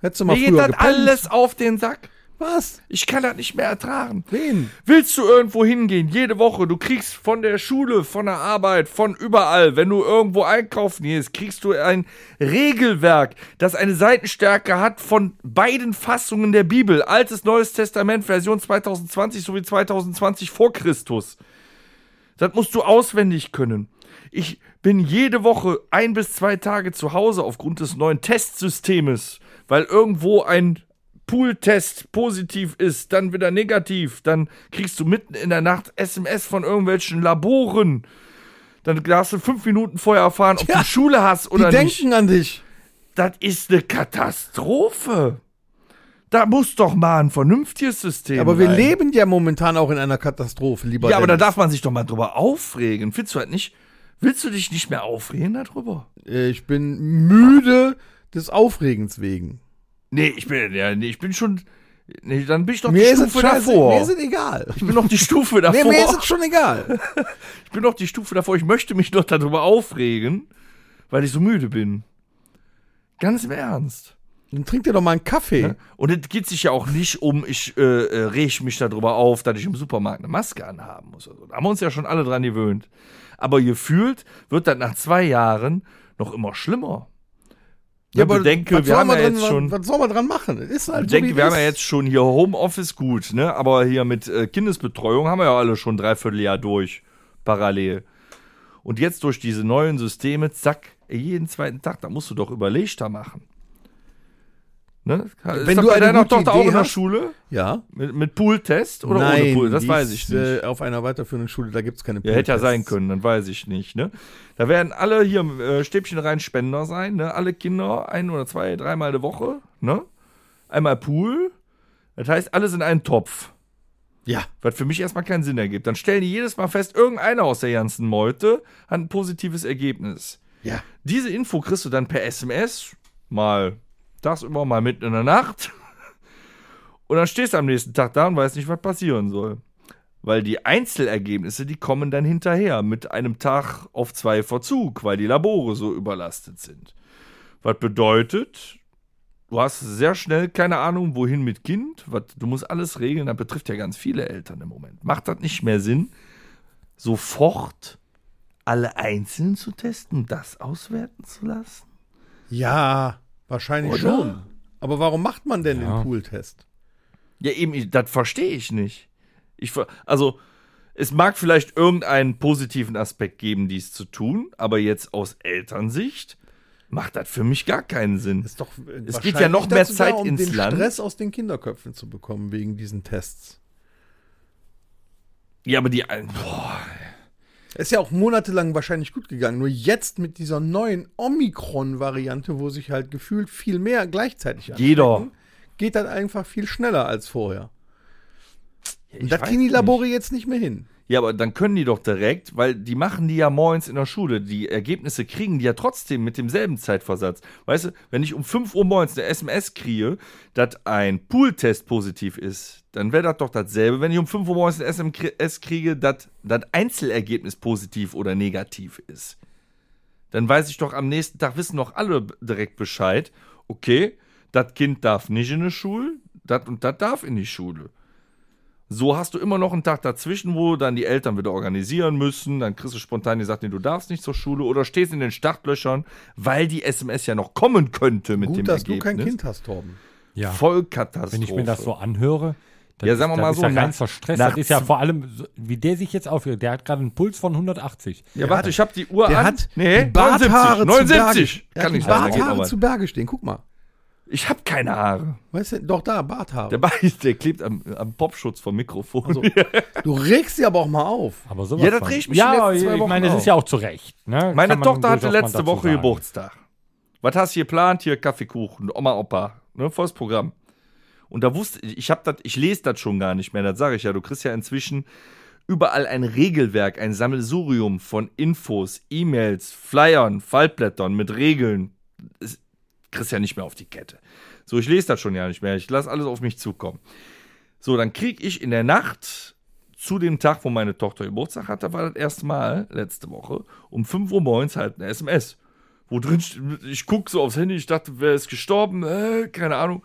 S4: Hättest du mal
S3: Mir geht
S4: früher
S3: das
S4: gepennt.
S3: alles auf den Sack.
S4: Was?
S3: Ich kann das nicht mehr ertragen.
S4: Wen?
S3: Willst du irgendwo hingehen, jede Woche, du kriegst von der Schule, von der Arbeit, von überall, wenn du irgendwo einkaufen gehst, kriegst du ein Regelwerk, das eine Seitenstärke hat von beiden Fassungen der Bibel, Altes Neues Testament, Version 2020 sowie 2020 vor Christus. Das musst du auswendig können. Ich bin jede Woche ein bis zwei Tage zu Hause aufgrund des neuen Testsystemes, weil irgendwo ein Pooltest positiv ist, dann wieder negativ, dann kriegst du mitten in der Nacht SMS von irgendwelchen Laboren. Dann darfst du fünf Minuten vorher erfahren, ob
S4: Tja,
S3: du Schule hast
S4: Die
S3: oder nicht.
S4: denken an dich.
S3: Das ist eine Katastrophe. Da muss doch mal ein vernünftiges System
S4: Aber wir
S3: rein.
S4: leben ja momentan auch in einer Katastrophe, lieber
S3: Ja, aber da
S4: Dennis.
S3: darf man sich doch mal drüber aufregen. Willst du halt nicht, willst du dich nicht mehr aufregen darüber?
S4: Ich bin müde des Aufregens wegen.
S3: Nee, ich bin, ja, nee, ich bin schon, Nee, dann bin ich doch
S4: Mir
S3: die
S4: ist es
S3: Stufe
S4: scheiße,
S3: davor.
S4: mir ist es egal.
S3: ich bin doch die Stufe davor.
S4: Nee, mir ist es schon egal.
S3: ich bin doch die Stufe davor. Ich möchte mich doch darüber aufregen, weil ich so müde bin. Ganz im Ernst.
S4: Dann trink dir doch mal einen Kaffee.
S3: Und es geht sich ja auch nicht um, ich äh, äh, reg mich darüber auf, dass ich im Supermarkt eine Maske anhaben muss. Also, da haben wir uns ja schon alle dran gewöhnt. Aber gefühlt wird das nach zwei Jahren noch immer schlimmer. Ja, aber bedenke,
S4: was
S3: wir
S4: soll
S3: haben
S4: man
S3: ja
S4: dran-
S3: jetzt schon.
S4: Was soll man dran machen? Es Ist halt
S3: Ich denke,
S4: wie
S3: Äh, wir
S4: es
S3: haben ja
S4: ist.
S3: jetzt schon hier Homeoffice gut, ne? Aber hier mit äh, Kindesbetreuung haben wir ja alle schon dreiviertel Jahr durch, parallel. Und jetzt durch diese neuen Systeme, zack, jeden zweiten Tag, da musst du doch überlegter machen. Ne? Ist
S4: Wenn
S3: das
S4: du
S3: bei
S4: eine
S3: deiner
S4: gute
S3: Tochter auch
S4: Idee
S3: in der
S4: hast-
S3: Schule?
S4: Ja.
S3: Mit, mit Pooltest oder ohne Pool? Das
S4: die
S3: weiß ich
S4: ist,
S3: nicht.
S4: äh, Auf einer weiterführenden Schule, da gibt es keine
S3: Ja, hätte ja
S4: Pooltests.
S3: sein können, dann weiß ich nicht. Ne? Da werden alle hier äh, Stäbchen rein Spender sein, ne? alle Kinder ein oder zwei, dreimal die Woche. Ne? Einmal Pool. Das heißt, alles in einen Topf.
S4: Ja.
S3: Was für mich erstmal keinen Sinn ergibt. Dann stellen die jedes Mal fest, irgendeiner aus der ganzen Meute hat ein positives Ergebnis.
S4: Ja.
S3: Diese Info kriegst du dann per SMS, mal tagsüber, mal mitten in der Nacht. Und dann stehst du am nächsten Tag da und weißt nicht, was passieren soll. Weil die Einzelergebnisse, die kommen dann hinterher mit einem Tag auf zwei Verzug, weil die Labore so überlastet sind. Was bedeutet, du hast sehr schnell keine Ahnung, wohin mit Kind. Was, du musst alles regeln, das betrifft ja ganz viele Eltern im Moment. Macht das nicht mehr Sinn, sofort alle einzeln zu testen, um das auswerten zu lassen?
S4: Ja, wahrscheinlich
S3: Oder?
S4: schon. Aber warum macht man denn
S2: Ja.
S4: den Pooltest?
S3: Ja, eben, ich- das verstehe ich nicht. Ich, ver- also, es mag vielleicht irgendeinen positiven Aspekt geben, dies zu tun, aber jetzt aus Elternsicht macht das für mich gar keinen Sinn.
S4: Ist doch äh,
S3: Es geht
S4: wahrscheinlich
S3: ja noch mehr
S4: dazu
S3: Zeit
S4: da, um
S3: ins
S4: den
S3: Land.
S4: Stress aus den Kinderköpfen zu bekommen wegen diesen Tests.
S3: Ja, aber die. Boah,
S4: Ist ja auch monatelang wahrscheinlich gut gegangen. Nur jetzt mit dieser neuen Omikron-Variante, wo sich halt gefühlt viel mehr gleichzeitig anstecken,
S3: jeder.
S4: geht das einfach viel schneller als vorher.
S3: Ich
S4: Und das
S3: weiß
S4: kriegen die
S3: nicht.
S4: Labore jetzt nicht mehr hin.
S3: Ja, aber dann können die doch direkt, weil die machen die ja morgens in der Schule. Die Ergebnisse kriegen die ja trotzdem mit demselben Zeitversatz. Weißt du, wenn ich um 5 Uhr morgens eine SMS kriege, dass ein Pooltest positiv ist, dann wäre das doch dasselbe, wenn ich um 5 Uhr morgens eine SMS kriege, dass das Einzelergebnis positiv oder negativ ist. Dann weiß ich doch am nächsten Tag, wissen doch alle b- direkt Bescheid, okay, das Kind darf nicht in die Schule, das und das darf in die Schule. So hast du immer noch einen Tag dazwischen, wo dann die Eltern wieder organisieren müssen. Dann kriegst du spontan gesagt, nee, du darfst nicht zur Schule oder stehst in den Startlöchern, weil die SMS ja noch kommen könnte mit
S4: Gut,
S3: dem
S4: dass
S3: Ergebnis.
S4: du kein Kind hast, Torben.
S2: Ja.
S3: Voll Katastrophe.
S2: Wenn ich mir das so anhöre, dann
S3: Ja,
S2: ist-
S3: sagen wir
S2: dann
S3: mal
S2: ist
S3: so,
S2: ja
S3: nach-
S2: reinster Stress.
S3: nach
S2: Das ist ja
S3: z-
S2: vor allem, so- wie der sich jetzt aufhört, der hat gerade einen Puls von 180.
S3: Ja, warte, ich hab die Uhr
S4: Der
S3: an.
S4: hat
S3: nee,
S4: die
S3: 79.
S4: Barthaare zu Berge.
S3: 79.
S4: Er
S3: Kann
S4: hat die
S3: nicht sein, da geht noch
S4: Barthaare
S3: was.
S4: zu Berge stehen. Guck mal.
S3: Ich hab keine Haare.
S4: Weißt du, doch da, Barthaare.
S3: Der, Bart, der klebt am, am Popschutz vom Mikrofon.
S4: Also, Du regst sie aber auch mal auf.
S2: Aber sowas
S3: Ja, das
S2: von.
S3: reg ich mich die
S2: Ja,
S3: letzten zwei
S2: ich
S3: Wochen
S2: meine, es
S3: auf.
S2: ist ja auch zu Recht. Ne?
S3: Meine
S2: Kann man
S3: Tochter hatte
S2: durchaus mal
S3: letzte
S2: dazu
S3: Woche
S2: sagen.
S3: Geburtstag. Was hast du geplant? Hier Kaffeekuchen, Oma, Opa, ne, volles Programm. Und da wusste ich, ich hab das, ich lese das schon gar nicht mehr, das sage ich ja. Du kriegst ja inzwischen überall ein Regelwerk, ein Sammelsurium von Infos, E-Mails, Flyern, Fallblättern mit Regeln. Das kriegst ja nicht mehr auf die Kette. So, ich lese das schon ja nicht mehr. Ich lasse alles auf mich zukommen. So, dann krieg ich in der Nacht zu dem Tag, wo meine Tochter Geburtstag hatte, war das erste Mal letzte Woche um 5 Uhr morgens halt eine SMS. Wo drin, steht- ich gucke so aufs Handy, ich dachte, wer ist gestorben? Äh, keine Ahnung.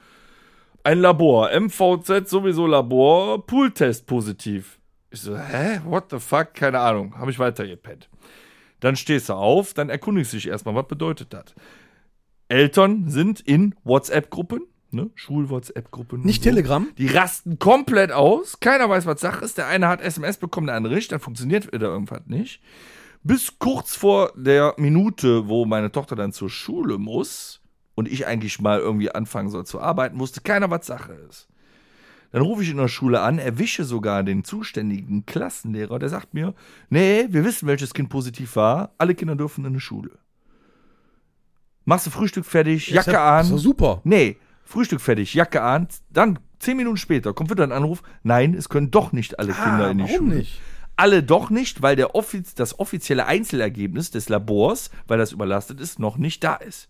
S3: Ein Labor, MVZ sowieso Labor, Pooltest positiv. Ich so, hä? What the fuck? Keine Ahnung. Habe ich weitergepennt. Dann stehst du auf, dann erkundigst du dich erstmal, was bedeutet das? Eltern sind in WhatsApp-Gruppen, ne? Schul-WhatsApp-Gruppen. und
S4: Nicht
S3: so.
S4: Telegram?
S3: Die rasten komplett aus. Keiner weiß, was Sache ist. Der eine hat SMS bekommen, der andere nicht. Dann funktioniert wieder irgendwas nicht. Bis kurz vor der Minute, wo meine Tochter dann zur Schule muss und ich eigentlich mal irgendwie anfangen soll zu arbeiten, wusste keiner, was Sache ist. Dann rufe ich in der Schule an, erwische sogar den zuständigen Klassenlehrer, der sagt mir, nee, wir wissen, welches Kind positiv war. Alle Kinder dürfen in die Schule. Machst du Frühstück fertig, Jacke an.
S4: Ist doch super.
S3: Nee, Frühstück fertig, Jacke an. Dann zehn Minuten später kommt wieder ein Anruf. Nein, es können doch nicht alle Kinder in die
S4: Ah, warum
S3: Schule.
S4: nicht?
S3: Alle doch nicht, weil der offiz das offizielle Einzelergebnis des Labors, weil das überlastet ist, noch nicht da ist.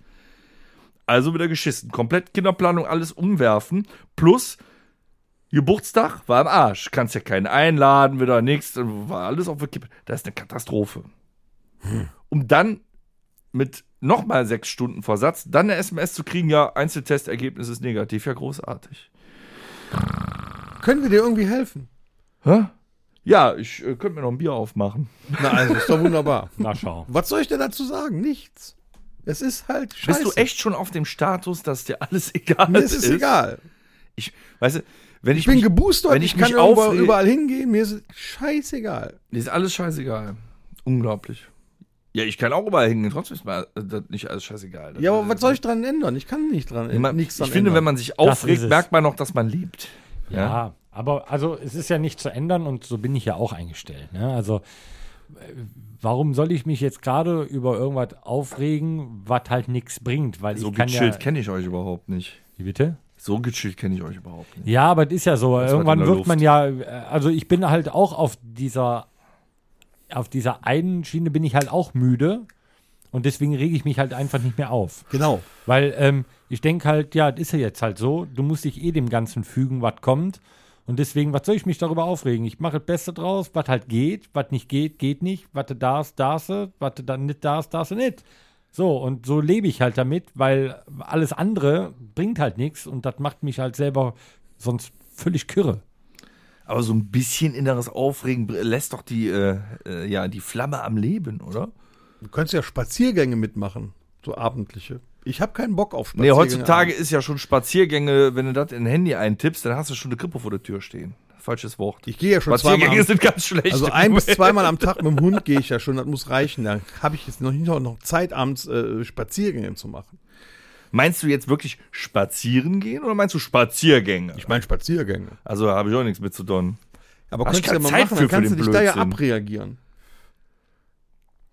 S3: Also wieder geschissen. Komplett Kinderplanung, alles umwerfen. Plus Geburtstag war am Arsch. Kannst ja keinen einladen, wieder nichts. War alles auf der Kippe. Das ist eine Katastrophe. Um dann mit nochmal sechs Stunden Versatz dann eine SMS zu kriegen, ja, Einzeltestergebnis ist negativ. Ja, großartig.
S4: Können wir dir irgendwie helfen?
S3: Hä? Ja, ich äh, könnte mir noch ein Bier aufmachen.
S4: Na, also ist doch wunderbar.
S2: Na schau.
S4: Was soll ich denn dazu sagen? Nichts. Es ist halt scheiße.
S3: Bist du echt schon auf dem Status, dass dir alles egal
S4: Mir
S3: ist?
S4: ist es egal.
S3: Ich, weißt du, wenn ich,
S4: Ich bin
S3: mich,
S4: geboostert,
S3: wenn ich mich
S4: ja überall,
S3: aufreg-
S4: überall hingehen, mir ist es scheißegal.
S3: Mir ist alles scheißegal. Unglaublich. Ja, ich kann auch überall hingehen, trotzdem ist mir das nicht alles scheißegal. Das
S4: Ja,
S3: ist-
S4: aber was soll ich dran ändern? Ich kann nicht dran,
S3: Man,
S4: nichts dran
S3: ich finde,
S4: ändern.
S3: wenn man sich
S2: Das ist
S3: aufregt,
S2: es.
S3: merkt man noch, dass man lebt.
S2: Ja. aber also es ist ja nicht zu ändern und so bin ich ja auch eingestellt. Ne? Also äh, warum soll ich mich jetzt gerade über irgendwas aufregen, was halt nichts bringt? Weil
S3: So
S2: ich kann
S3: gechillt
S2: ja,
S3: kenne ich euch überhaupt nicht.
S2: Wie bitte?
S3: So gechillt kenne ich euch überhaupt nicht.
S2: Ja, aber es ist ja so.
S3: war
S2: Irgendwann
S3: in
S2: wird
S3: der
S2: man
S3: Luft.
S2: ja, äh, also ich bin halt auch auf dieser, auf dieser einen Schiene bin ich halt auch müde und deswegen rege ich mich halt einfach nicht mehr auf.
S4: genau.
S2: Weil ähm, ich denke halt, ja, das ist ja jetzt halt so, du musst dich eh dem Ganzen fügen, was kommt. Und deswegen, was soll ich mich darüber aufregen? Ich mache das Beste draus, was halt geht, was nicht geht, geht nicht, was du darfst, darfst du, was du dann nicht darfst, darfst du nicht. So, und so lebe ich halt damit, weil alles andere bringt halt nichts und das macht mich halt selber sonst völlig kirre.
S3: Aber so ein bisschen inneres Aufregen br- lässt doch die, äh, äh, ja, die Flamme am Leben, oder?
S4: Du könntest ja Spaziergänge mitmachen, so abendliche. Ich habe keinen Bock auf
S3: Nee,
S4: Spaziergänge.
S3: heutzutage ist ja schon Spaziergänge, wenn du das in ein Handy eintippst, dann hast du schon eine Krippe vor der Tür stehen. Falsches Wort.
S4: Ich gehe ja schon zweimal
S3: Spaziergänge
S4: am-
S3: sind ganz schlecht.
S4: Also
S3: im
S4: ein bis
S3: Moment.
S4: zweimal am Tag mit dem Hund gehe ich ja schon, das muss reichen. Da habe ich jetzt noch nicht noch- noch Zeit, abends äh, Spaziergänge zu machen.
S3: Meinst du jetzt wirklich spazieren gehen oder meinst du Spaziergänge?
S4: Ich meine Spaziergänge.
S3: Also da habe ich auch nichts mit zu tun.
S4: Aber
S3: Hast
S4: kannst du ja
S3: keine
S4: mal
S3: Zeit
S4: machen,
S3: für-
S4: dann kannst
S3: für den
S4: du dich da ja
S3: Blödsinn.
S4: abreagieren.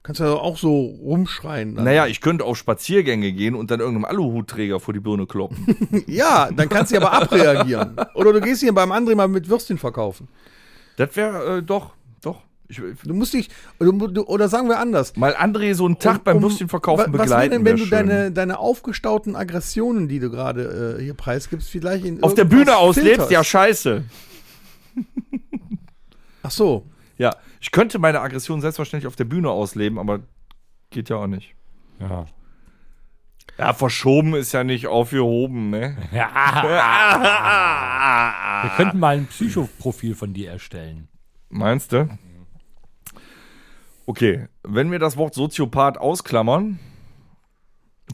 S4: Kannst ja auch so rumschreien. Dann.
S3: Naja, ich könnte auf Spaziergänge gehen und dann irgendeinem Aluhutträger vor die Birne kloppen.
S4: Ja, dann kannst du ja aber abreagieren. Oder du gehst hier beim André mal mit Würstchen verkaufen.
S3: das wäre äh, doch, doch. Ich, ich,
S4: Du musst dich, du, du, oder sagen wir anders.
S3: mal André so einen Tag beim Würstchenverkaufen
S4: Um- wa- Was wäre
S3: begleiten.
S4: denn,
S3: wär
S4: wenn du
S3: schön.
S4: deine, deine aufgestauten Aggressionen, die du gerade äh, hier preisgibst, vielleicht in
S3: auf der
S4: irgendwas
S3: Bühne auslebst?
S4: filterst?
S3: Ja, scheiße.
S4: Ach so.
S3: Ja, ich könnte meine Aggression selbstverständlich auf der Bühne ausleben, aber geht ja auch nicht.
S2: Ja.
S3: Ja, verschoben ist ja nicht aufgehoben, ne?
S2: Wir könnten mal ein Psychoprofil von dir erstellen.
S3: Meinst du? Okay, wenn wir das Wort Soziopath ausklammern,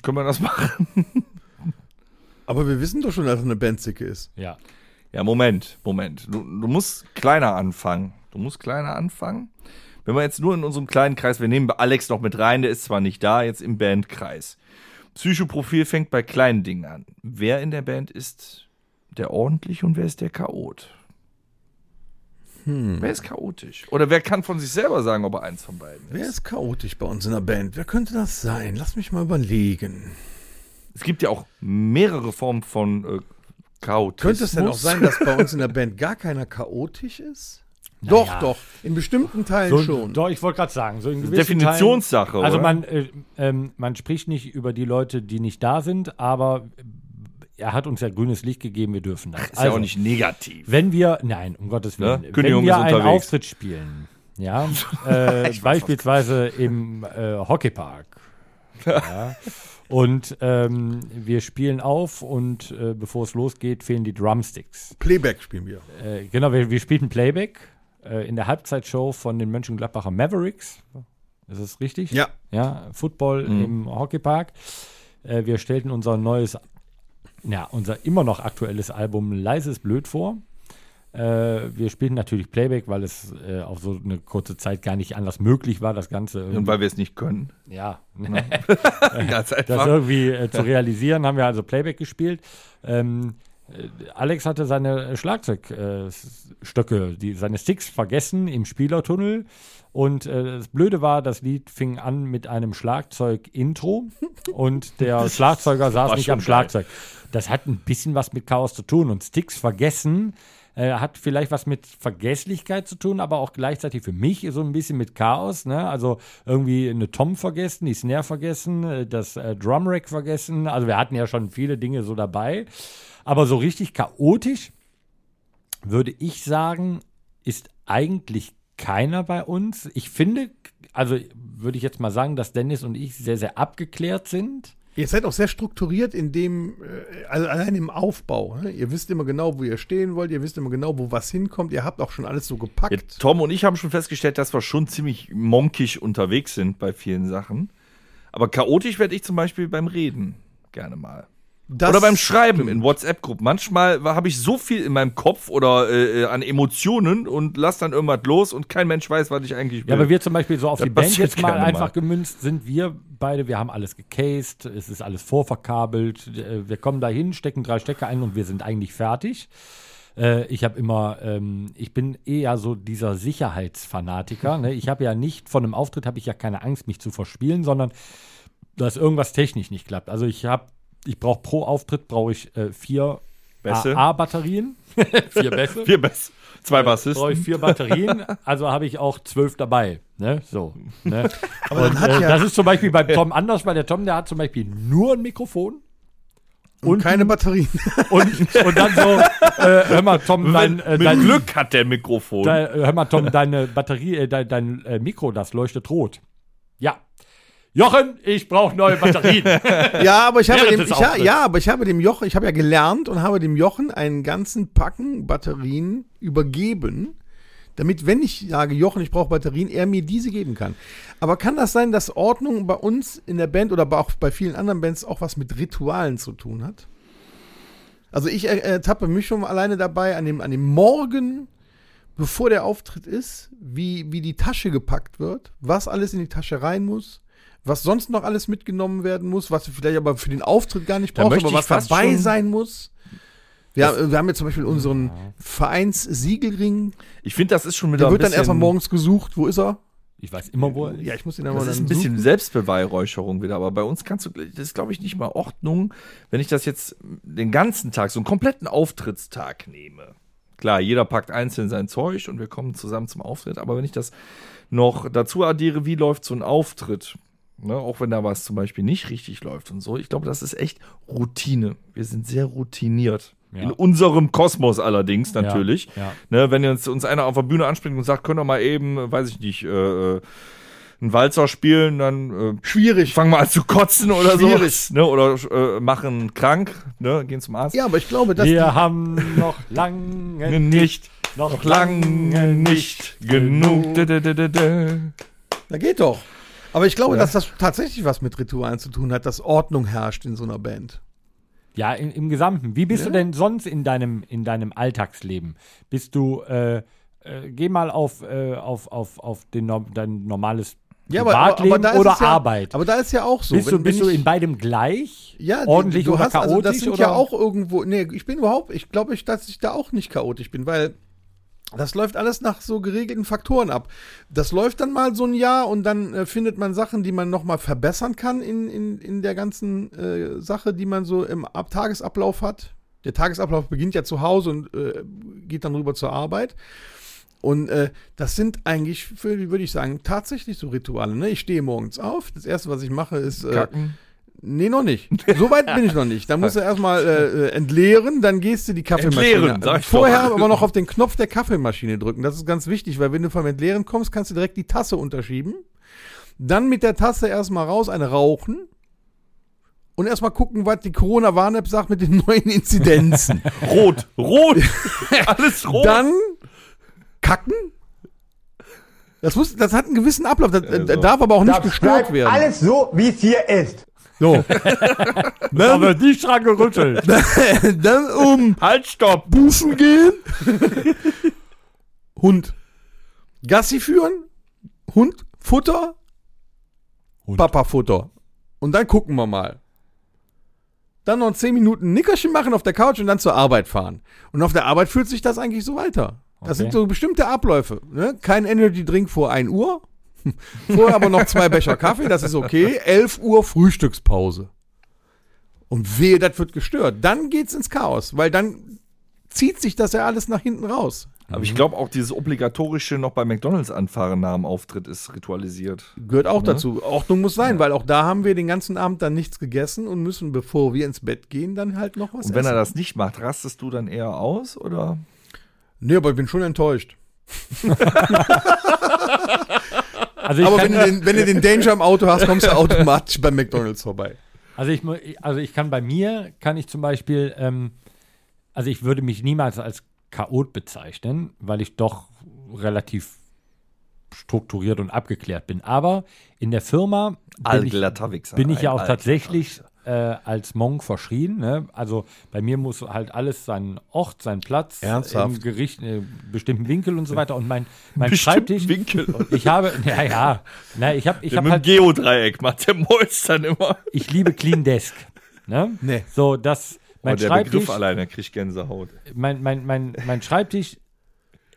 S3: können wir das machen.
S4: Aber wir wissen doch schon, dass es eine Bandzicke ist.
S2: Ja.
S3: Ja, Moment, Moment. Du, du musst kleiner anfangen. Du musst kleiner anfangen. Wenn wir jetzt nur in unserem kleinen Kreis, wir nehmen Alex noch mit rein, der ist zwar nicht da, jetzt im Bandkreis. Psychoprofil fängt bei kleinen Dingen an. Wer in der Band ist der ordentlich und wer ist der Chaot?
S4: Hm.
S3: Wer ist chaotisch? Oder wer kann von sich selber sagen, ob er eins von beiden
S4: Wer ist chaotisch bei uns in der Band? Wer könnte das sein? Lass mich mal überlegen.
S3: Es gibt ja auch mehrere Formen von äh, Chaotismus.
S4: Könnte es denn auch sein, dass bei uns in der Band gar keiner chaotisch ist? Doch,
S2: Naja.
S4: doch. In bestimmten Teilen
S2: So,
S4: schon.
S2: Doch, ich wollte gerade sagen, so in gewissen
S3: Definitionssache,
S2: Teilen, Also
S3: oder?
S2: man, äh, ähm, man spricht nicht über die Leute, die nicht da sind, aber er hat uns ja grünes Licht gegeben, wir dürfen das. Also,
S3: ist ja
S4: also
S3: auch nicht negativ.
S2: Wenn wir, nein, um Gottes Willen,
S3: Ne?
S2: wenn
S3: Kündigung
S2: wir
S3: ist
S2: einen
S3: unterwegs.
S2: Auftritt spielen, ja, äh, beispielsweise im äh, Hockeypark. ja, und ähm, wir spielen auf und äh, bevor es losgeht, fehlen die Drumsticks.
S4: Playback spielen wir.
S2: Äh, genau, wir, wir spielten Playback äh, in der Halbzeitshow von den Mönchengladbacher Mavericks. Ist das richtig?
S4: Ja.
S2: Ja, Football im Hockeypark. Äh, wir stellten unser neues, ja, unser immer noch aktuelles Album Leises Blöd vor. Äh, wir spielten natürlich Playback, weil es äh, auf so eine kurze Zeit gar nicht anders möglich war, das Ganze.
S3: Und
S2: irgendwie-
S3: weil wir es nicht können.
S2: Ja,
S3: Ganz
S2: das
S3: einfach.
S2: irgendwie äh, zu realisieren, haben wir also Playback gespielt. Ähm, äh, Alex hatte seine Schlagzeugstöcke, äh, Stöcke, die, seine Sticks vergessen im Spielertunnel. Und äh, das Blöde war, das Lied fing an mit einem Schlagzeug-Intro und der Schlagzeuger saß
S3: war
S2: nicht
S3: schon
S2: am
S3: geil.
S2: Schlagzeug. Das hat ein bisschen was mit Chaos zu tun und Sticks vergessen äh, hat vielleicht was mit Vergesslichkeit zu tun, aber auch gleichzeitig für mich so ein bisschen mit Chaos. Ne? Also irgendwie eine Tom vergessen, die Snare vergessen, äh, das äh, Drumrack vergessen. Also wir hatten ja schon viele Dinge so dabei, aber so richtig chaotisch würde ich sagen, ist eigentlich keiner bei uns. Ich finde, also würde ich jetzt mal sagen, dass Dennis und ich sehr, sehr abgeklärt sind.
S4: Ihr seid auch sehr strukturiert in dem, äh, also allein im Aufbau. Ne? Ihr wisst immer genau, wo ihr stehen wollt, ihr wisst immer genau, wo was hinkommt, ihr habt auch schon alles so
S3: Ja,
S4: gepackt.
S3: Tom und ich haben schon festgestellt, dass wir schon ziemlich monkig unterwegs sind bei vielen Sachen. Aber chaotisch werde ich zum Beispiel beim Reden gerne mal.
S4: Das-
S3: oder beim Schreiben in WhatsApp-Gruppen. Manchmal habe ich so viel in meinem Kopf oder äh, äh, an Emotionen und lass dann irgendwas los und kein Mensch weiß, was ich eigentlich will.
S2: Ja, aber wir zum Beispiel so auf
S3: Das
S2: die Band
S3: passiert
S2: jetzt mal
S3: gerne mal.
S2: einfach gemünzt sind, wir beide, wir haben alles gecased, es ist alles vorverkabelt, äh, wir kommen dahin, stecken drei Stecker ein und wir sind eigentlich fertig. Äh, Ich habe immer, ähm, ich bin eher so dieser Sicherheitsfanatiker. Ne? Ich habe ja nicht von einem Auftritt habe ich ja keine Angst, mich zu verspielen, sondern dass irgendwas technisch nicht klappt. Also ich habe, ich brauche pro Auftritt brauche ich äh, vier
S3: Bässe.
S2: AA-Batterien, vier Bässe
S3: vier Bass, zwei
S2: brauche ich
S3: Bassisten.
S2: vier Batterien, also habe ich auch zwölf dabei. Ne? So. Ne?
S4: Aber dann hat
S2: Äh,
S4: ja
S2: das ist zum Beispiel beim Tom anders, weil der Tom, der hat zum Beispiel nur ein Mikrofon.
S4: und keine Batterien.
S2: Und, und dann so, äh, hör mal, Tom, dein, äh,
S3: Mit
S2: dein
S3: Glück hat der Mikrofon.
S2: Dein, äh, hör mal, Tom, deine Batterie, äh, dein, dein äh, Mikro, das leuchtet rot. Ja. Jochen, ich brauche neue Batterien.
S4: Ja, aber ich habe
S2: Während
S4: dem,
S2: des
S4: ich, ha-
S2: Auftritts.
S4: ja, aber ich habe dem Jochen, ich habe ja gelernt und habe dem Jochen einen ganzen Packen Batterien übergeben, damit, wenn ich sage, Jochen, ich brauche Batterien, er mir diese geben kann. Aber kann das sein, dass Ordnung bei uns in der Band oder aber auch bei vielen anderen Bands auch was mit Ritualen zu tun hat? Also ich äh, ertappe mich schon alleine dabei an dem, an dem Morgen, bevor der Auftritt ist, wie, wie die Tasche gepackt wird, was alles in die Tasche rein muss, was sonst noch alles mitgenommen werden muss, was du vielleicht aber für den Auftritt gar nicht
S3: Da
S4: brauchst,
S3: möchte
S4: aber
S3: ich
S4: was
S3: fast
S4: dabei
S3: schon-
S4: sein muss. Wir haben, wir haben jetzt zum Beispiel unseren Vereinssiegelring.
S3: Ich finde, das ist schon wieder
S4: Der
S3: ein
S4: wird dann
S3: bisschen,
S4: erstmal morgens gesucht. Wo ist er?
S2: Ich weiß immer, wo er ist.
S4: Ja, ich muss den
S3: Das
S4: einmal
S3: ist
S4: dann
S3: ein bisschen
S4: suchen.
S3: Selbstbeweihräucherung wieder, aber bei uns kannst du, das ist glaube ich nicht mal Ordnung, wenn ich das jetzt den ganzen Tag, so einen kompletten Auftrittstag nehme. Klar, jeder packt einzeln sein Zeug und wir kommen zusammen zum Auftritt, aber wenn ich das noch dazu addiere, wie läuft so ein Auftritt, ne, auch wenn da was zum Beispiel nicht richtig läuft und so, ich glaube, das ist echt Routine. Wir sind sehr routiniert.
S2: Ja.
S3: In unserem Kosmos allerdings natürlich.
S2: ja.
S3: Ne, wenn jetzt uns einer auf der Bühne anspringt und sagt, können wir mal eben, weiß ich nicht, äh, einen Walzer spielen, dann äh,
S4: schwierig.
S3: fangen wir an zu kotzen oder
S4: Schwierig.
S3: so. Ne? Oder äh, machen krank, ne? gehen zum Arzt. Ne,
S4: Ja, aber ich glaube, dass
S2: Wir haben noch lange
S3: Nicht,
S2: noch,
S3: noch lange nicht genug. Da, da, da, da, da.
S4: Da geht doch. Aber ich glaube, dass das tatsächlich was mit Ritualen zu tun hat, dass Ordnung herrscht in so einer Band.
S2: Ja, im, im Gesamten. Wie bist du denn sonst in deinem, in deinem Alltagsleben? Bist du, äh, äh, geh mal auf, äh, auf, auf, auf den, Norm- dein normales Privatleben
S4: ist
S2: oder
S4: es ja,
S2: Arbeit?
S4: Aber da ist ja auch so.
S2: bist du, bist du
S4: ich-
S2: in beidem gleich?
S4: ja,
S2: ordentlich
S4: du
S2: oder
S4: hast,
S2: chaotisch?
S4: Also das sind
S2: oder?
S4: ja auch irgendwo. Nee, ich bin überhaupt, ich glaube, ich, dass ich da auch nicht chaotisch bin, weil das läuft alles nach so geregelten Faktoren ab. Das läuft dann mal so ein Jahr und dann äh, findet man Sachen, die man nochmal verbessern kann in, in, in der ganzen äh, Sache, die man so im Ab Tagesablauf hat. Der Tagesablauf beginnt ja zu Hause und äh, geht dann rüber zur Arbeit. Und äh, das sind eigentlich, für- würde ich sagen, tatsächlich so Rituale. Ne? Ich stehe morgens auf. Das erste, was ich mache, ist äh,
S3: Kacken.
S4: Nee, noch nicht. So weit bin ich noch nicht. Da musst du erstmal äh, äh, entleeren, dann gehst du die Kaffeemaschine. Also
S3: Entleeren, sag ich
S4: Vorher
S3: doch.
S4: aber noch auf den Knopf der Kaffeemaschine drücken. Das ist ganz wichtig, weil wenn du vom Entleeren kommst, kannst du direkt die Tasse unterschieben. Dann mit der Tasse erstmal raus, eine rauchen. Und erstmal gucken, was die Corona-Warn-App sagt mit den neuen Inzidenzen.
S3: Rot, rot, alles rot.
S4: Dann kacken. Das, muss, das hat einen gewissen Ablauf. Das äh,
S3: so.
S4: darf aber auch nicht gestört werden.
S7: Alles so, wie es hier ist.
S4: So.
S2: Da wird nicht dran gerüttelt.
S4: dann um
S3: halt, stopp.
S4: Bufen gehen. Hund. Gassi führen. Hund. Futter.
S2: Hund.
S4: Papa Futter. Und dann gucken wir mal. Dann noch 10 Minuten Nickerchen machen auf der Couch und dann zur Arbeit fahren. Und auf der Arbeit fühlt sich das eigentlich so weiter. Das
S2: Okay.
S4: sind so bestimmte Abläufe. Ne? Kein Energy Drink vor 1 Uhr. Vorher aber noch zwei Becher Kaffee, das ist okay. 11 Uhr Frühstückspause. Und wehe, das wird gestört. Dann geht's ins Chaos, weil dann zieht sich das ja alles nach hinten raus.
S3: Aber ich glaube auch dieses obligatorische noch bei McDonalds anfahren nach dem Auftritt ist ritualisiert.
S4: Gehört auch dazu. Ordnung muss sein, weil auch da haben wir den ganzen Abend dann nichts gegessen und müssen, bevor wir ins Bett gehen, dann halt noch was
S3: Und wenn er
S4: essen.
S3: das nicht macht, rastest du dann eher aus oder?
S4: Nee, aber ich bin schon enttäuscht.
S2: Also ich,
S4: Aber
S2: kann,
S4: wenn du, den, wenn du den Danger im Auto hast, kommst du automatisch bei McDonalds vorbei.
S2: also, ich, mu- also ich kann bei mir, kann ich zum Beispiel, ähm, also ich würde mich niemals als Chaot bezeichnen, weil ich doch relativ strukturiert und abgeklärt bin. Aber in der Firma bin ich,
S3: Allglatter Wichser.
S2: bin ich ja
S3: Ein
S2: auch
S3: alter
S2: tatsächlich äh, als Monk verschrien. Ne? Also bei mir muss halt alles seinen Ort, seinen Platz,
S4: Ernsthaft?
S2: im Gericht, äh, bestimmten Winkel und so weiter. Und mein, mein
S3: Bestimmten
S2: Schreibtisch.
S3: Winkel.
S2: Ich habe, ja, ja, na, ich habe, ich
S3: Mit
S2: habe
S3: dem
S2: halt,
S3: Geodreieck macht der Molz dann immer.
S2: ich liebe Clean Desk. Ne?
S4: Nee. Oh,
S2: So, dass mein
S3: Und Oh, der
S2: Schreibtisch,
S3: Begriff alleine kriegt Gänsehaut.
S2: mein, mein, mein, mein Schreibtisch,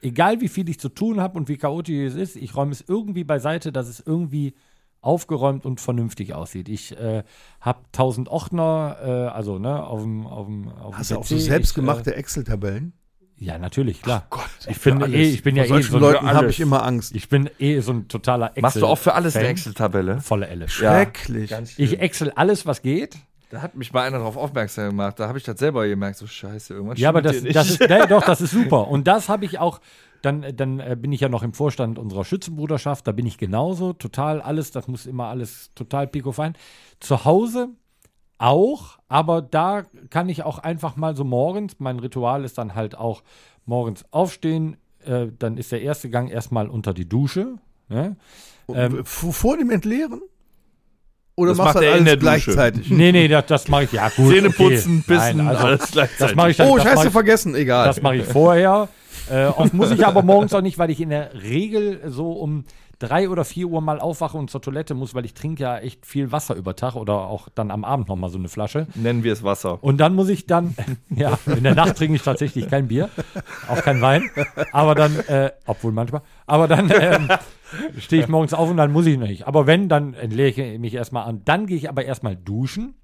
S2: egal wie viel ich zu tun habe und wie chaotisch es ist, ich räume es irgendwie beiseite, dass es irgendwie aufgeräumt und vernünftig aussieht. Ich äh, habe 1000 Ordner, äh, also ne, auf dem auf dem auf dem
S4: Hast du auch
S2: PC.
S4: so
S2: Ich,
S4: selbstgemachte Excel-Tabellen?
S2: äh, ja, natürlich, klar.
S4: Gott,
S2: ich bin eh, ich bin ja eh
S4: solchen
S2: so
S4: Leuten
S2: ein,
S4: habe ich immer Angst.
S2: ich bin eh so ein totaler Excel.
S3: Machst du auch für alles eine
S2: Fan.
S3: Excel-Tabelle?
S2: volle Elle.
S4: Schrecklich.
S2: Ich excel alles, was geht.
S3: Da hat mich mal einer darauf aufmerksam gemacht. Da habe ich das selber gemerkt. So scheiße, irgendwas
S2: Ja, aber das,
S3: stimmt hier
S2: das
S3: nicht.
S2: ist, nee, doch, das ist super. Und das habe ich auch, dann, dann äh, bin ich ja noch im Vorstand unserer Schützenbruderschaft, da bin ich genauso, total alles, das muss immer alles total picofein. Zu Hause auch, aber da kann ich auch einfach mal so morgens, mein Ritual ist dann halt auch morgens aufstehen, äh, dann ist der erste Gang erstmal unter die Dusche. Ne? Ähm,
S4: vor, vor dem Entleeren? Oder
S3: Das
S4: machst du
S3: macht
S4: das
S3: er in
S4: alles
S3: der Dusche.
S4: gleichzeitig?
S2: nee, nee, das, das mache ich, ja gut.
S3: Zähne
S2: okay.
S3: putzen, bissen,
S2: Nein, also,
S3: alles
S2: das
S3: gleichzeitig.
S2: mache ich dann.
S4: Oh,
S2: das mach
S4: scheiße,
S2: ich-
S4: vergessen, egal.
S2: Das mache ich vorher. äh, oft muss ich aber morgens auch nicht, weil ich in der Regel so um drei oder vier Uhr mal aufwache und zur Toilette muss, weil ich trinke ja echt viel Wasser über Tag oder auch dann am Abend nochmal so eine Flasche.
S3: Nennen wir es Wasser.
S2: Genau. Und dann muss ich dann, ja, in der Nacht trinke ich tatsächlich kein Bier, auch kein Wein, aber dann, äh, obwohl manchmal, aber dann ähm, stehe ich morgens auf und dann muss ich nicht. Aber wenn, dann entleere ich mich erstmal an. Dann gehe ich aber erstmal duschen.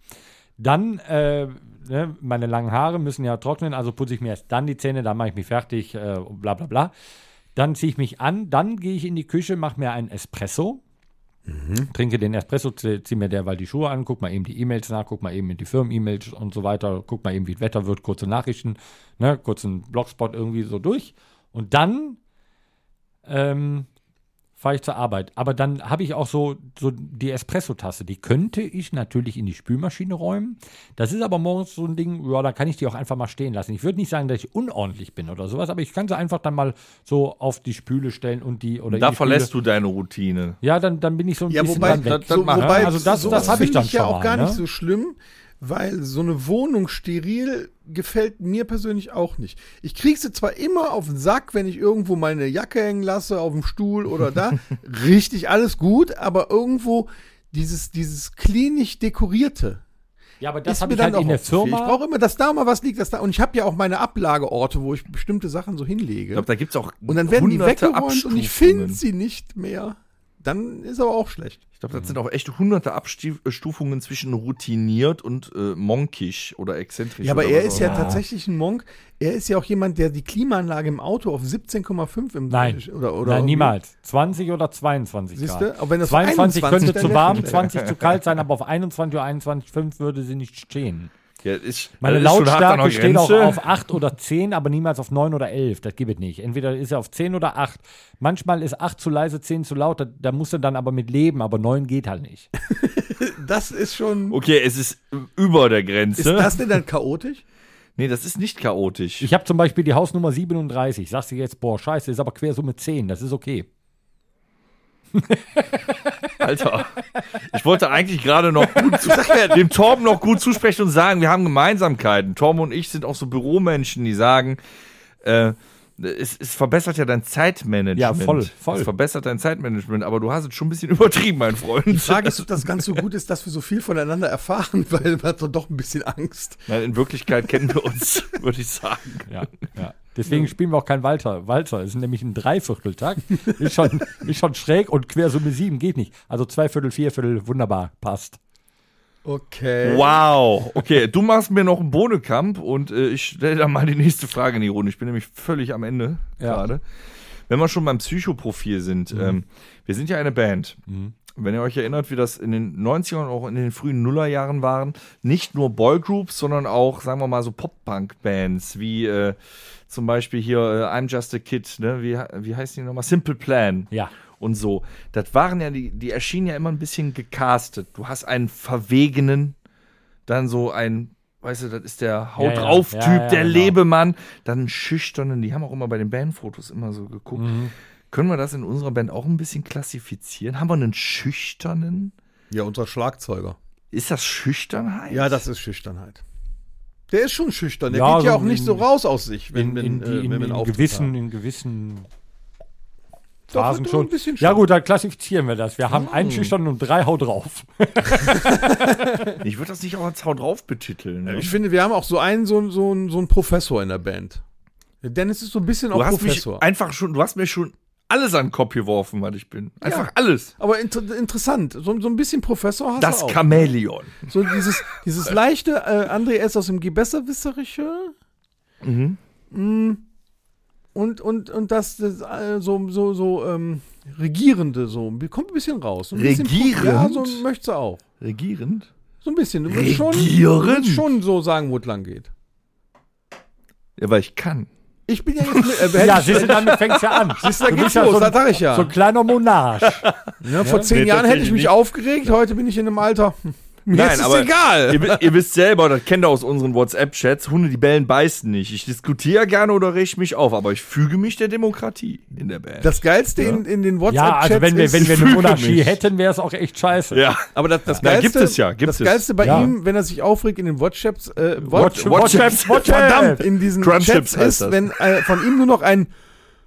S2: Dann, äh, ne, meine langen Haare müssen ja trocknen, also putze ich mir erst dann die Zähne, dann mache ich mich fertig, äh, und bla bla bla. Dann ziehe ich mich an, dann gehe ich in die Küche, mache mir einen Espresso
S3: Mhm.
S2: trinke den Espresso, zieh zieh mir derweil die Schuhe an, guck mal eben die E-Mails nach, guck mal eben in die Firmen-E-Mails und so weiter, guck mal eben, wie das Wetter wird, kurze Nachrichten, ne, kurzen Blogspot irgendwie so durch. Und dann ähm, fahre ich zur Arbeit. Aber dann habe ich auch so, so die Espresso-Tasse, die könnte ich natürlich in die Spülmaschine räumen. Das ist aber morgens so ein Ding, ja, da kann ich die auch einfach mal stehen lassen. Ich würde nicht sagen, dass ich unordentlich bin oder sowas, aber ich kann sie einfach dann mal so auf die Spüle stellen und die oder in
S3: Da
S2: die
S3: verlässt
S2: Spüle.
S3: du deine Routine.
S2: Ja, dann, dann bin ich so ein
S4: Ja,
S2: bisschen
S4: wobei,
S2: dann weg.
S3: das-
S4: so,
S3: macht-
S4: wobei
S2: also das-
S4: sowas
S2: das hab ich
S4: finde
S2: dann
S4: ja
S2: schon
S4: auch
S2: mal,
S4: gar
S2: ne?
S4: nicht so schlimm, weil so eine Wohnung steril gefällt mir persönlich auch nicht. Ich krieg sie zwar immer auf den Sack, wenn ich irgendwo meine Jacke hängen lasse, auf dem Stuhl oder da. Richtig, alles gut, aber irgendwo dieses, dieses klinisch dekorierte.
S2: Ja, aber das
S4: ist
S2: habe
S4: mir
S2: ich halt
S4: dann
S2: in der
S4: auch zu viel. Ich
S2: Firma.
S4: brauche immer, dass da mal was liegt, dass da und ich habe ja auch meine Ablageorte, wo ich bestimmte Sachen so hinlege.
S3: Ich glaube, da gibt es auch
S4: und dann werden die
S3: hunderte
S4: weggeräumt und ich
S3: Abstufungen.
S4: finde sie nicht mehr. Dann ist aber auch schlecht.
S3: Ich glaube, das sind auch echt hunderte Abstufungen zwischen routiniert und äh, monkisch oder exzentrisch.
S4: Ja, aber
S3: oder
S4: er
S3: was
S4: ist
S3: auch
S4: ja,
S3: immer.
S4: tatsächlich ein Monk. Er ist ja auch jemand, der die Klimaanlage im Auto auf 17,5 im
S2: Nein,
S4: oder oder
S2: Nein,
S4: irgendwie-
S2: niemals. 20 oder 22
S4: Siehste,
S2: Grad.
S4: aber wenn das
S2: 22
S4: 21
S2: könnte zu
S4: dann
S2: warm,
S4: wäre-
S2: 20 zu kalt sein, aber auf 21 oder 21,5 würde sie nicht stehen.
S3: Ja, ist,
S2: Meine
S3: das ist schon hart an der
S2: Lautstärke steht auch
S3: Grenze.
S2: auf 8 oder 10, aber niemals auf 9 oder 11. Das gibt es nicht. Entweder ist er auf 10 oder 8. Manchmal ist 8 zu leise, 10 zu laut. Da, da musst du dann aber mit leben, aber 9 geht halt nicht.
S4: Das ist schon
S3: Okay, es ist über der Grenze.
S4: ist das denn dann chaotisch?
S3: nee, das ist nicht chaotisch.
S2: Ich habe zum Beispiel die Hausnummer 37. Sagst du jetzt, boah, scheiße, ist aber Quersumme 10. Das ist okay.
S3: Alter. Ich wollte eigentlich gerade noch gut zu, dem Torben noch gut zusprechen und sagen, wir haben Gemeinsamkeiten. Torben und ich sind auch so Büromenschen, die sagen, äh, es, es verbessert ja dein Zeitmanagement.
S2: Ja, voll, voll.
S3: Es verbessert dein Zeitmanagement, aber du hast es schon ein bisschen übertrieben, mein Freund.
S4: Frage ist, ob das ganz so gut ist, dass wir so viel voneinander erfahren, weil man hat doch doch ein bisschen Angst.
S3: Nein, in Wirklichkeit kennen wir uns, würde ich sagen.
S2: Ja, ja. Deswegen spielen wir auch kein Walzer. Walzer ist nämlich ein Dreivierteltakt. Ist schon, ist schon schräg und Quersumme 7 geht nicht. Also Zweiviertel, Vierviertel, wunderbar, passt.
S4: Okay.
S3: Wow. Okay, du machst mir noch einen Bohnekamp und äh, ich stelle dann mal die nächste Frage in die Runde. Ich bin nämlich völlig am Ende
S2: Ja.
S3: gerade. Wenn wir schon beim Psychoprofil sind, ähm, wir sind ja eine Band. wenn ihr euch erinnert, wie das in den 90ern und auch in den frühen Nullerjahren waren, nicht nur Boygroups, sondern auch, sagen wir mal, so Pop-Punk-Bands, wie äh, zum Beispiel hier äh, I'm Just a Kid, ne? wie, wie heißen die nochmal? Simple Plan.
S2: Ja.
S3: Und so. Das waren ja, die, die erschienen ja immer ein bisschen gecastet. Du hast einen verwegenen, dann so ein, weißt du, das ist der Haut
S2: Ja, ja.
S3: drauf Typ,
S2: Ja, ja,
S3: der
S2: genau.
S3: Lebemann, dann einen schüchternen, die haben auch immer bei den Bandfotos immer so geguckt.
S2: Mhm.
S3: Können wir das in unserer Band auch ein bisschen klassifizieren? Haben wir einen schüchternen?
S4: Ja, unser Schlagzeuger.
S3: Ist das Schüchternheit?
S4: Ja, das ist Schüchternheit. Der ist schon schüchtern. Der
S2: Ja,
S4: geht ja
S2: so
S4: auch nicht
S2: in-
S4: so raus aus sich, wenn
S2: in,
S4: wir
S2: in,
S4: äh,
S2: die, in,
S4: wenn wir einen
S2: in
S4: Auftritt
S2: gewissen,
S4: haben.
S2: in gewissen
S4: Doch,
S2: Phasen
S4: doch,
S2: schon.
S4: Ein bisschen schon. Oh.
S2: Ja gut, dann klassifizieren wir das. Wir haben einen schüchtern und drei Hau drauf.
S3: Ich würde das nicht auch als Hau drauf betiteln. Ne?
S4: Ich finde, wir haben auch so einen, so, einen- so, einen- so einen Professor in der Band. Der Dennis ist so ein bisschen
S3: du
S4: auch
S3: hast
S4: Professor.
S3: mich einfach schon, du hast mir schon alles an den Kopf geworfen, was ich bin. Einfach alles.
S4: Aber inter interessant. So, so ein bisschen Professor hast
S3: Das
S4: du auch.
S3: Chamäleon.
S4: So dieses, dieses leichte äh, André S. aus dem Gebesserwisserische. Mhm. Und, und, und das, das äh, so, so, so ähm, Regierende, so. Kommt ein bisschen raus. So Ein Bisschen,
S3: Regierend?
S4: ja, so möchtest du auch.
S3: Regierend?
S4: So ein bisschen. Du willst schon, du
S3: Regierend?
S4: willst schon so sagen, wo es lang geht.
S3: Ja, weil ich kann.
S4: Ich bin ja jetzt. Mit, äh,
S2: Ja, siehst du, damit fängst ja an.
S4: Siehst du, da
S2: Du
S4: geht's
S2: bist ja
S4: los,
S2: so
S4: da
S2: ein,
S4: sag ich ja.
S2: so ein kleiner Monarch.
S4: Ja, vor zehn
S3: Nee,
S4: Jahren hätte ich
S3: tatsächlich
S4: mich
S3: nicht.
S4: aufgeregt, heute bin ich in einem Alter. hm, Mir
S3: Nein,
S4: ist es
S3: aber-
S4: egal.
S3: ihr, wi- ihr wisst selber, das kennt ihr aus unseren WhatsApp-Chats, Hunde, die bellen, beißen nicht. Ich diskutiere gerne oder reg mich auf, aber ich füge mich der Demokratie in der Band.
S4: Das Geilste in, in den WhatsApp-Chats
S2: Ja, also wenn wir,
S4: ist,
S2: wenn wir eine
S3: füge
S2: Monarchie
S3: mich.
S2: hätten, wäre es auch echt scheiße.
S3: ja,
S4: aber das, das
S3: Na,
S4: Geilste,
S3: gibt es ja, gibt
S4: das
S3: es.
S4: Geilste bei
S2: Ja.
S4: ihm, wenn er sich aufregt in den WhatsApps, äh,
S2: Watch,
S4: Watch,
S2: watch,
S3: WhatsApp.
S2: watch, watch,
S4: verdammt, in diesen
S3: Crumb
S4: Chats
S3: Chips heißt
S4: ist,
S3: das.
S4: wenn äh, von ihm nur noch ein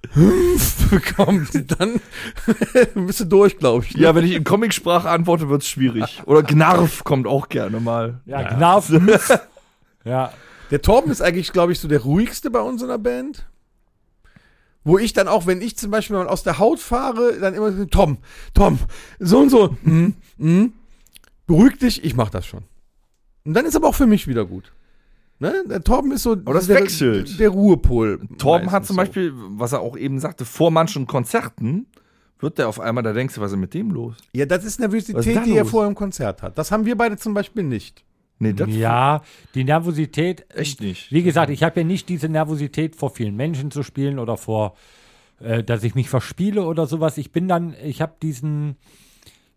S4: Hümpf bekommt, dann bist du durch, glaube ich. ne?
S3: ja, wenn ich in Comicsprache antworte, wird's schwierig. Oder Gnarf kommt auch gerne mal.
S2: Ja, Gnarf. ja.
S4: Der Torben ist eigentlich, glaube ich, so der ruhigste bei uns in der Band. Wo ich dann auch, wenn ich zum Beispiel mal aus der Haut fahre, dann immer so, Tom, Tom, so und so, mm, mm, beruhig dich, ich mach das schon. Und dann ist aber auch für mich wieder gut. Ne? Der Torben ist so
S3: das
S4: der,
S3: wechselt.
S4: der Ruhepol.
S3: Torben hat
S4: meistens
S3: zum
S4: so.
S3: Beispiel, was er auch eben sagte, vor manchen Konzerten wird der auf einmal, da denkst du, was ist mit dem los?
S4: Ja, das ist
S3: Was ist
S4: Nervosität,
S3: da
S4: die er
S3: los?
S4: vorher im Konzert hat. Das haben wir beide zum Beispiel nicht.
S3: Nee, das
S2: ja, die Nervosität.
S3: echt nicht.
S2: Wie gesagt, ich habe ja nicht diese Nervosität, vor vielen Menschen zu spielen oder vor, äh, dass ich mich verspiele oder sowas. Ich bin dann, ich habe diesen,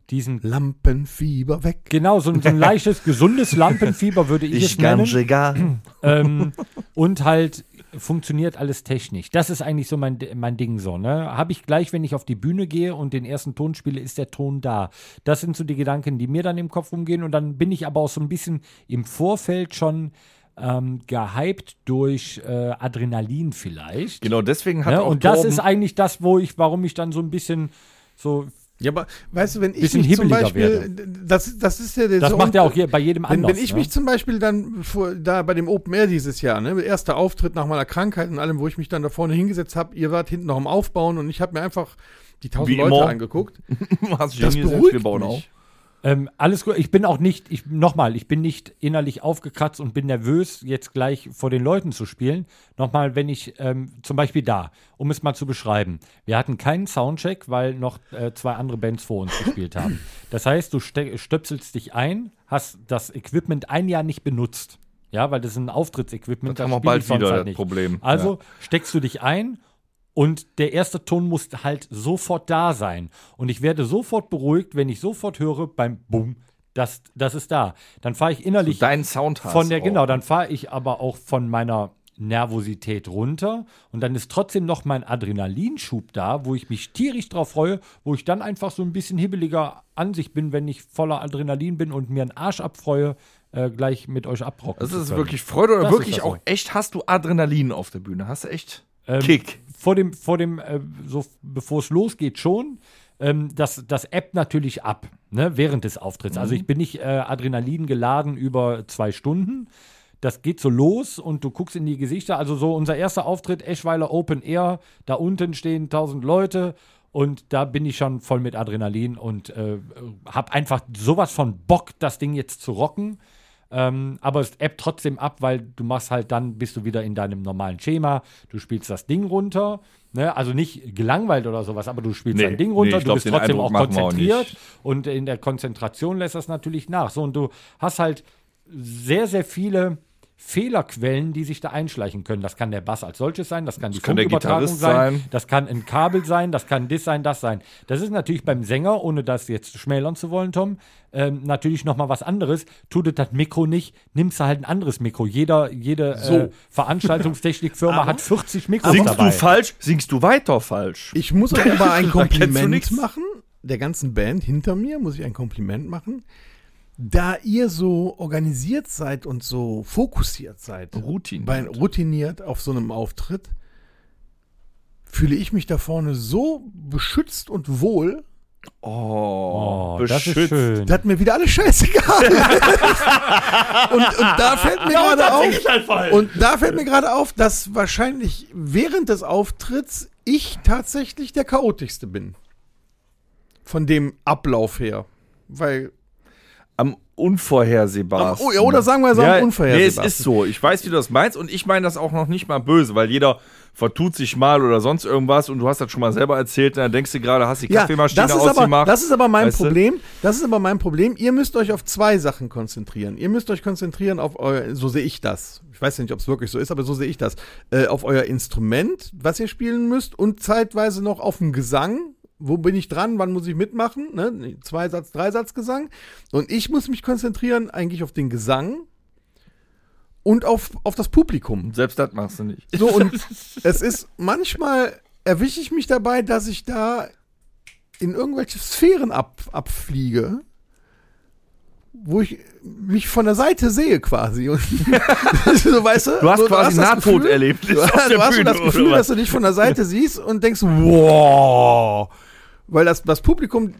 S2: diesen,
S4: Lampenfieber weg.
S2: genau, so, ein- so ein leichtes, gesundes Lampenfieber würde ich, es nennen.
S3: egal.
S2: Ähm, und halt funktioniert alles technisch. Das ist eigentlich so mein, mein Ding so, ne? Habe ich gleich, wenn ich auf die Bühne gehe und den ersten Ton spiele, ist der Ton da. Das sind so die Gedanken, die mir dann im Kopf rumgehen und dann bin ich aber auch so ein bisschen im Vorfeld schon ähm, gehypt durch äh, Adrenalin vielleicht.
S3: Genau, deswegen hat
S2: Ne?
S3: auch
S2: Und das
S3: Torben-
S2: ist eigentlich das, wo ich, warum ich dann so ein bisschen so,
S4: Ja, aber weißt du, wenn ich
S2: Bisschen
S4: mich zum
S2: hibbeliger
S4: Beispiel,
S2: werde.
S4: d- das, das ist ja der
S2: das
S4: so
S2: macht ja
S4: und-
S2: auch je- bei jedem
S4: Wenn,
S2: anders.
S4: wenn ich
S2: ne?
S4: mich zum Beispiel dann vor, da bei dem Open Air dieses Jahr, ne, erster Auftritt nach meiner Krankheit und allem, wo ich mich dann da vorne hingesetzt habe, ihr wart hinten noch am Aufbauen und ich habe mir einfach die tausend
S3: Wie
S4: Leute
S3: immer.
S4: angeguckt.
S3: hast du
S4: Das
S3: hingesetzt,
S4: beruhigt
S3: wir bauen
S4: mich.
S3: auf.
S2: Ähm, alles gut. Ich bin auch nicht, ich, nochmal, ich bin nicht innerlich aufgekratzt und bin nervös, jetzt gleich vor den Leuten zu spielen. Nochmal, wenn ich ähm, zum Beispiel da, um es mal zu beschreiben, wir hatten keinen Soundcheck, weil noch äh, zwei andere Bands vor uns gespielt haben. Das heißt, du ste- stöpselst dich ein, hast das Equipment ein Jahr nicht benutzt. Ja, weil das ist ein Auftrittsequipment.
S3: Das haben wir
S2: spiel ich
S3: bald
S2: sonst
S3: wieder, das Problem.
S2: Also steckst du dich ein und der erste Ton muss halt sofort da sein. Und ich werde sofort beruhigt, wenn ich sofort höre beim Bumm, das, das ist da. Dann fahre ich innerlich
S3: Deinen Sound hast
S2: von der,
S3: auch.
S2: genau, dann fahre ich aber auch von meiner Nervosität runter und dann ist trotzdem noch mein Adrenalinschub da, wo ich mich tierisch drauf freue, wo ich dann einfach so ein bisschen hibbeliger an sich bin, wenn ich voller Adrenalin bin und mir einen Arsch abfreue, äh, gleich mit euch abrocken.
S3: Das
S2: zu
S3: ist
S2: können.
S3: wirklich Freude oder
S2: Das ist
S3: wirklich
S2: das so. Ähm,
S3: auch echt, hast du Adrenalin auf der Bühne? Hast du echt Kick?
S2: vor dem, vor dem, äh, so bevor es losgeht schon, ähm, das, das ebbt natürlich ab, ne, während des Auftritts. Also ich bin nicht äh, Adrenalin geladen über zwei Stunden. Das geht so los und du guckst in die Gesichter. Also so unser erster Auftritt, Eschweiler Open Air, da unten stehen 1000 Leute und da bin ich schon voll mit Adrenalin und äh, habe einfach sowas von Bock, das Ding jetzt zu rocken. Ähm, aber es ebbt trotzdem ab, weil du machst halt dann, bist du wieder in deinem normalen Schema, du spielst das Ding runter. Ne? Also nicht gelangweilt oder sowas, aber du spielst
S3: Nee,
S2: dein Ding
S3: nee,
S2: runter, du
S3: ich glaub,
S2: bist
S3: den
S2: trotzdem
S3: Eindruck
S2: auch
S3: machen wir auch nicht.
S2: konzentriert und in der Konzentration lässt das natürlich nach. So, und du hast halt sehr, sehr viele Fehlerquellen, die sich da einschleichen können. Das kann der Bass als solches sein, das kann die
S3: kann der
S2: Funkübertragung
S3: Gitarrist
S2: sein,
S3: sein.
S2: das kann ein Kabel sein, das kann das sein, das sein. Das ist natürlich beim Sänger, ohne das jetzt schmälern zu wollen, Tom, ähm, natürlich nochmal was anderes. Tut es das Mikro nicht, nimmst du halt ein anderes Mikro. Jeder, jede äh, Veranstaltungstechnikfirma hat 40 Mikros
S3: Singst
S2: dabei.
S3: du falsch, singst du weiter falsch.
S4: Ich muss euch aber ein
S3: Da kennst du
S4: Kompliment
S3: nix.
S4: machen. Der ganzen Band hinter mir muss ich ein Kompliment machen. Da ihr so organisiert seid und so fokussiert seid,
S3: Routine.
S4: bei, routiniert auf so einem Auftritt, fühle ich mich da vorne so beschützt und wohl,
S3: Oh,
S2: oh, das ist schön.
S4: dass mir wieder alles scheißegal ist. und, und da fällt mir gerade auf,
S3: halt
S4: und da fällt mir gerade auf, dass wahrscheinlich während des Auftritts ich tatsächlich der chaotischste bin. Von dem Ablauf her. Weil,
S3: Am unvorhersehbarsten.
S4: oh ja, oder sagen wir es
S3: ja,
S4: am unvorhersehbar.
S3: Nee, es ist so. Ich weiß, wie du das meinst und ich meine das auch noch nicht mal böse, weil jeder vertut sich mal oder sonst irgendwas und du hast das schon mal selber erzählt und dann denkst du gerade, hast die
S4: Ja, das
S3: Kaffeemaschine
S4: ist, aber,
S3: ausgemacht.
S4: das ist aber mein
S3: Weißt du?
S4: Problem. Das ist aber mein Problem. Ihr müsst euch auf zwei Sachen konzentrieren. Ihr müsst euch konzentrieren auf euer, so sehe ich das. Ich weiß ja nicht, ob es wirklich so ist, aber so sehe ich das. Äh, auf euer Instrument, was ihr spielen müsst und zeitweise noch auf den Gesang. Wo bin ich dran? Wann muss ich mitmachen? Ne? Zwei Satz, drei Satz Gesang. Und ich muss mich konzentrieren eigentlich auf den Gesang und auf, auf das Publikum.
S3: Selbst das machst du nicht.
S4: So, und es ist manchmal erwische ich mich dabei, dass ich da in irgendwelche Sphären ab, abfliege, wo ich mich von der Seite sehe quasi. Und so, weißt du,
S3: Du hast
S4: so,
S3: quasi
S4: das Gefühl-
S3: Nahtoderlebnis
S4: Du
S3: auf
S4: hast,
S3: der
S4: du hast schon
S3: Bühne,
S4: das Gefühl,
S3: oder
S4: dass
S3: was?
S4: du dich von der Seite siehst und denkst, wow. Weil das, das Publikum,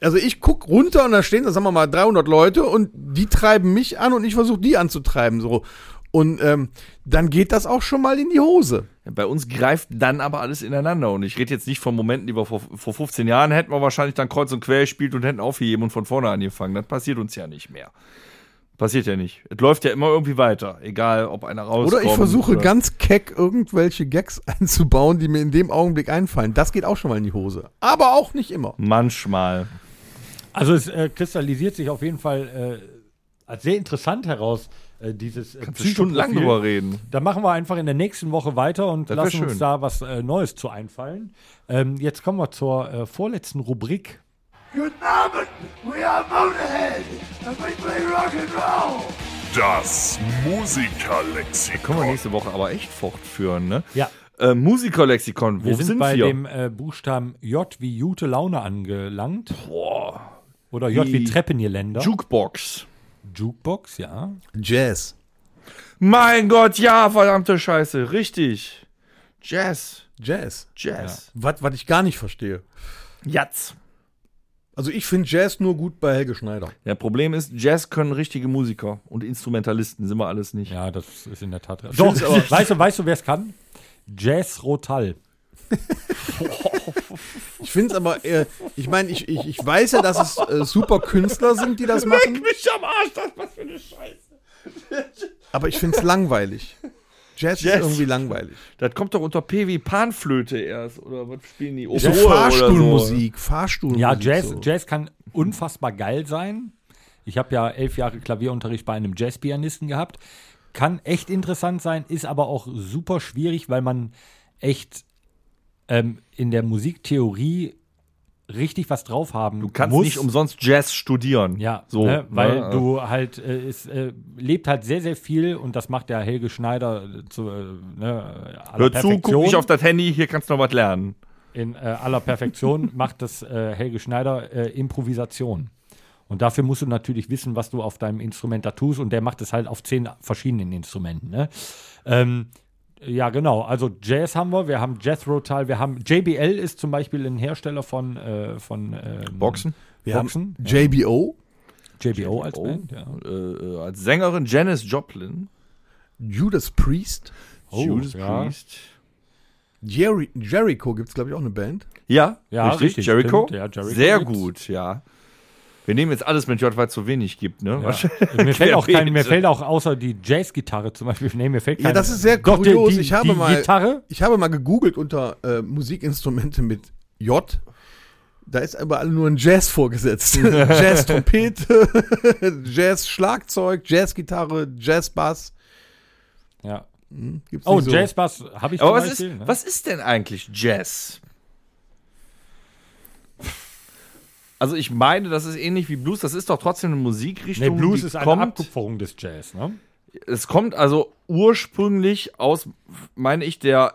S4: also ich guck runter und da stehen, da sagen wir mal 300 Leute und die treiben mich an und ich versuche die anzutreiben. so Und ähm, dann geht das auch schon mal in die Hose.
S3: Ja, Bei uns greift dann aber alles ineinander. Und ich rede jetzt nicht von Momenten, die wir vor, vor 15 Jahren hätten wir wahrscheinlich dann kreuz und quer gespielt und hätten aufgegeben und von vorne angefangen. Das passiert uns ja nicht mehr. Passiert ja nicht. Es läuft ja immer irgendwie weiter. Egal, ob einer rauskommt.
S4: Oder ich versuche
S3: oder-
S4: ganz keck irgendwelche Gags einzubauen, die mir in dem Augenblick einfallen. Das geht auch schon mal in die Hose. Aber auch nicht immer.
S3: Manchmal.
S2: Also es äh, kristallisiert sich auf jeden Fall äh, als sehr interessant heraus, äh, dieses äh,
S3: Kannst du stundenlang
S2: Psychoprofil.
S3: drüber reden.
S2: Da machen wir einfach in der nächsten Woche weiter und
S3: Das wär
S2: lassen uns
S3: schön.
S2: da was äh, Neues zu einfallen. Ähm, jetzt kommen wir zur äh, vorletzten Rubrik.
S1: Das Musikerlexikon.
S3: Können wir nächste Woche aber echt fortführen, ne?
S2: Ja,
S3: Äh, Musikerlexikon, wo
S2: wir sind, bei
S3: wir?
S2: dem äh, Buchstaben J wie Jute Laune angelangt.
S3: Boah.
S2: Oder J wie
S3: Die
S2: Treppengeländer.
S3: Jukebox.
S2: Jukebox, ja.
S4: Jazz.
S3: Mein Gott, ja, verdammte Scheiße. Richtig. Jazz.
S4: Jazz.
S3: Jazz.
S4: Was, was ich gar nicht verstehe.
S3: Jazz.
S4: Also ich finde Jazz nur gut bei Helge Schneider.
S3: Ja, Problem ist, Jazz können richtige Musiker und Instrumentalisten, sind wir alles nicht.
S2: Ja, das ist in der Tat. Doch, weißt du, weißt du, wer es kann? Jazz Rotal.
S4: Ich finde es aber, äh, ich meine, ich, ich, ich weiß ja, dass es äh, super Künstler sind, die das machen,
S3: mich am Arsch, das was für eine Scheiße.
S4: aber ich finde es langweilig. Jazz,
S3: Jazz.
S4: ist irgendwie langweilig.
S3: Das kommt doch unter P wie Panflöte erst, oder was spielen die?
S4: So
S3: Oboe oder
S4: Fahrstuhlmusik, Fahrstuhlmusik.
S2: Ja, Jazz,
S4: so.
S2: Jazz kann unfassbar geil sein. Ich habe ja elf Jahre Klavierunterricht bei einem Jazzpianisten gehabt. Kann echt interessant sein, ist aber auch super schwierig, weil man echt ähm, in der Musiktheorie richtig was drauf haben
S3: Du kannst
S2: muss.
S3: nicht umsonst Jazz studieren.
S2: Ja,
S3: so.
S2: ne, weil
S3: ne?
S2: du halt, äh, es äh, lebt halt sehr, sehr viel und das macht der Helge Schneider äh, zu, äh, ne, aller
S3: Hör zu, guck
S2: Perfektion.
S3: nicht auf das Handy, hier kannst du noch was lernen.
S2: in äh, aller Perfektion macht das äh, Helge Schneider äh, Improvisation. Und dafür musst du natürlich wissen, was du auf deinem Instrument da tust. Und der macht es halt auf zehn verschiedenen Instrumenten. Ne? Ähm, ja, genau. Also Jazz haben wir, wir haben Jethro Tull, wir haben JBL ist zum Beispiel ein Hersteller von, äh, von ähm,
S3: Boxen?
S4: Wir
S2: Boxen.
S4: haben JBO,
S2: JBO als Band. Ja.
S3: Äh, äh, als Sängerin Janis Joplin.
S4: Judas Priest,
S2: Oh, ja.
S3: Priest.
S4: Jerry, Jericho gibt es, glaube ich, auch eine Band.
S3: Ja,
S2: Ja, richtig,
S3: Jericho?
S2: stimmt, ja, Jericho
S3: Sehr
S2: gibt's.
S3: gut, ja. Wir nehmen jetzt alles mit J, weil es so wenig gibt, ne? Wahrscheinlich.
S2: Mir fällt auch kein, mir
S3: Querbeet.
S2: fällt auch außer die Jazzgitarre zum Beispiel. Nee, mir fällt
S4: Ja,
S2: keine-
S4: das ist sehr
S2: Doch, die-
S4: kurios.
S2: Die,
S4: ich, habe
S2: die
S4: mal,
S2: Gitarre?
S4: ich habe mal gegoogelt unter äh, Musikinstrumente mit J. Da ist aber nur ein Jazz vorgesetzt. Jazz-Trompete, Jazz-Schlagzeug, Jazz-Gitarre, Jazz-Bass.
S2: Ja.
S4: Gibt's
S2: Oh,
S4: nicht so.
S2: Jazzbass habe ich
S3: Aber
S2: zum
S3: was ist,
S2: Beispiel, ne?
S3: was ist denn eigentlich Jazz? Also ich meine, das ist ähnlich wie Blues, das ist doch trotzdem eine
S2: Nee,
S3: Musikrichtung,
S2: Blues
S3: die
S2: ist eine
S3: kommt.
S2: Abkupferung des Jazz, ne?
S3: Es kommt also ursprünglich aus, meine ich, der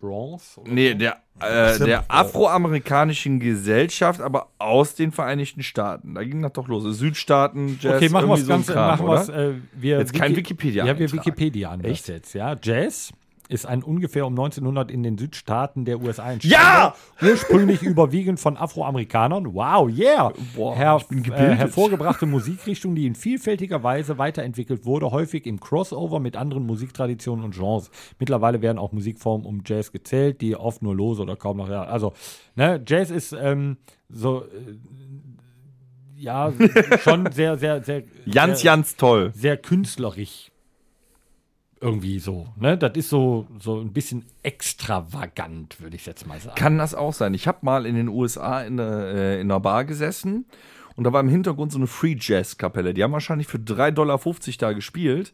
S2: Bronze? oder?
S3: Nee, der, äh,
S4: Simple.
S3: der afroamerikanischen Gesellschaft, aber aus den Vereinigten Staaten. Da ging das doch los. Südstaaten, Jazz,
S2: Okay, machen wir
S3: irgendwie
S2: es ganz,
S3: ein Kram,
S2: machen wir's,
S3: oder?
S2: äh, wir
S3: Jetzt kein Wikipedia
S2: Ja, wir
S3: Eintrag.
S2: Wikipedia an. Echt jetzt, ja. Jazz ist ein ungefähr um 1900 in den Südstaaten der USA entstanden.
S3: Ja!
S2: Ursprünglich überwiegend von Afroamerikanern. Wow, yeah!
S3: Boah,
S2: Her
S3: ich bin
S2: äh,
S3: gebildet.
S2: hervorgebrachte Musikrichtung, die in vielfältiger Weise weiterentwickelt wurde, häufig im Crossover mit anderen Musiktraditionen und Genres. Mittlerweile werden auch Musikformen um Jazz gezählt, die oft nur lose oder kaum noch. Ja, also, ne, Jazz ist ähm, so. Äh, ja, schon sehr, sehr, sehr.
S3: Jans,
S2: sehr,
S3: Jans toll.
S2: sehr künstlerisch. Irgendwie so. Ne? Das ist so, so ein bisschen extravagant, würde ich jetzt mal sagen.
S3: Kann das auch sein? Ich habe mal in den USA in, einer, äh, in einer Bar gesessen und da war im Hintergrund so eine Free Jazz Kapelle. Die haben wahrscheinlich für 3,50 Dollar da gespielt.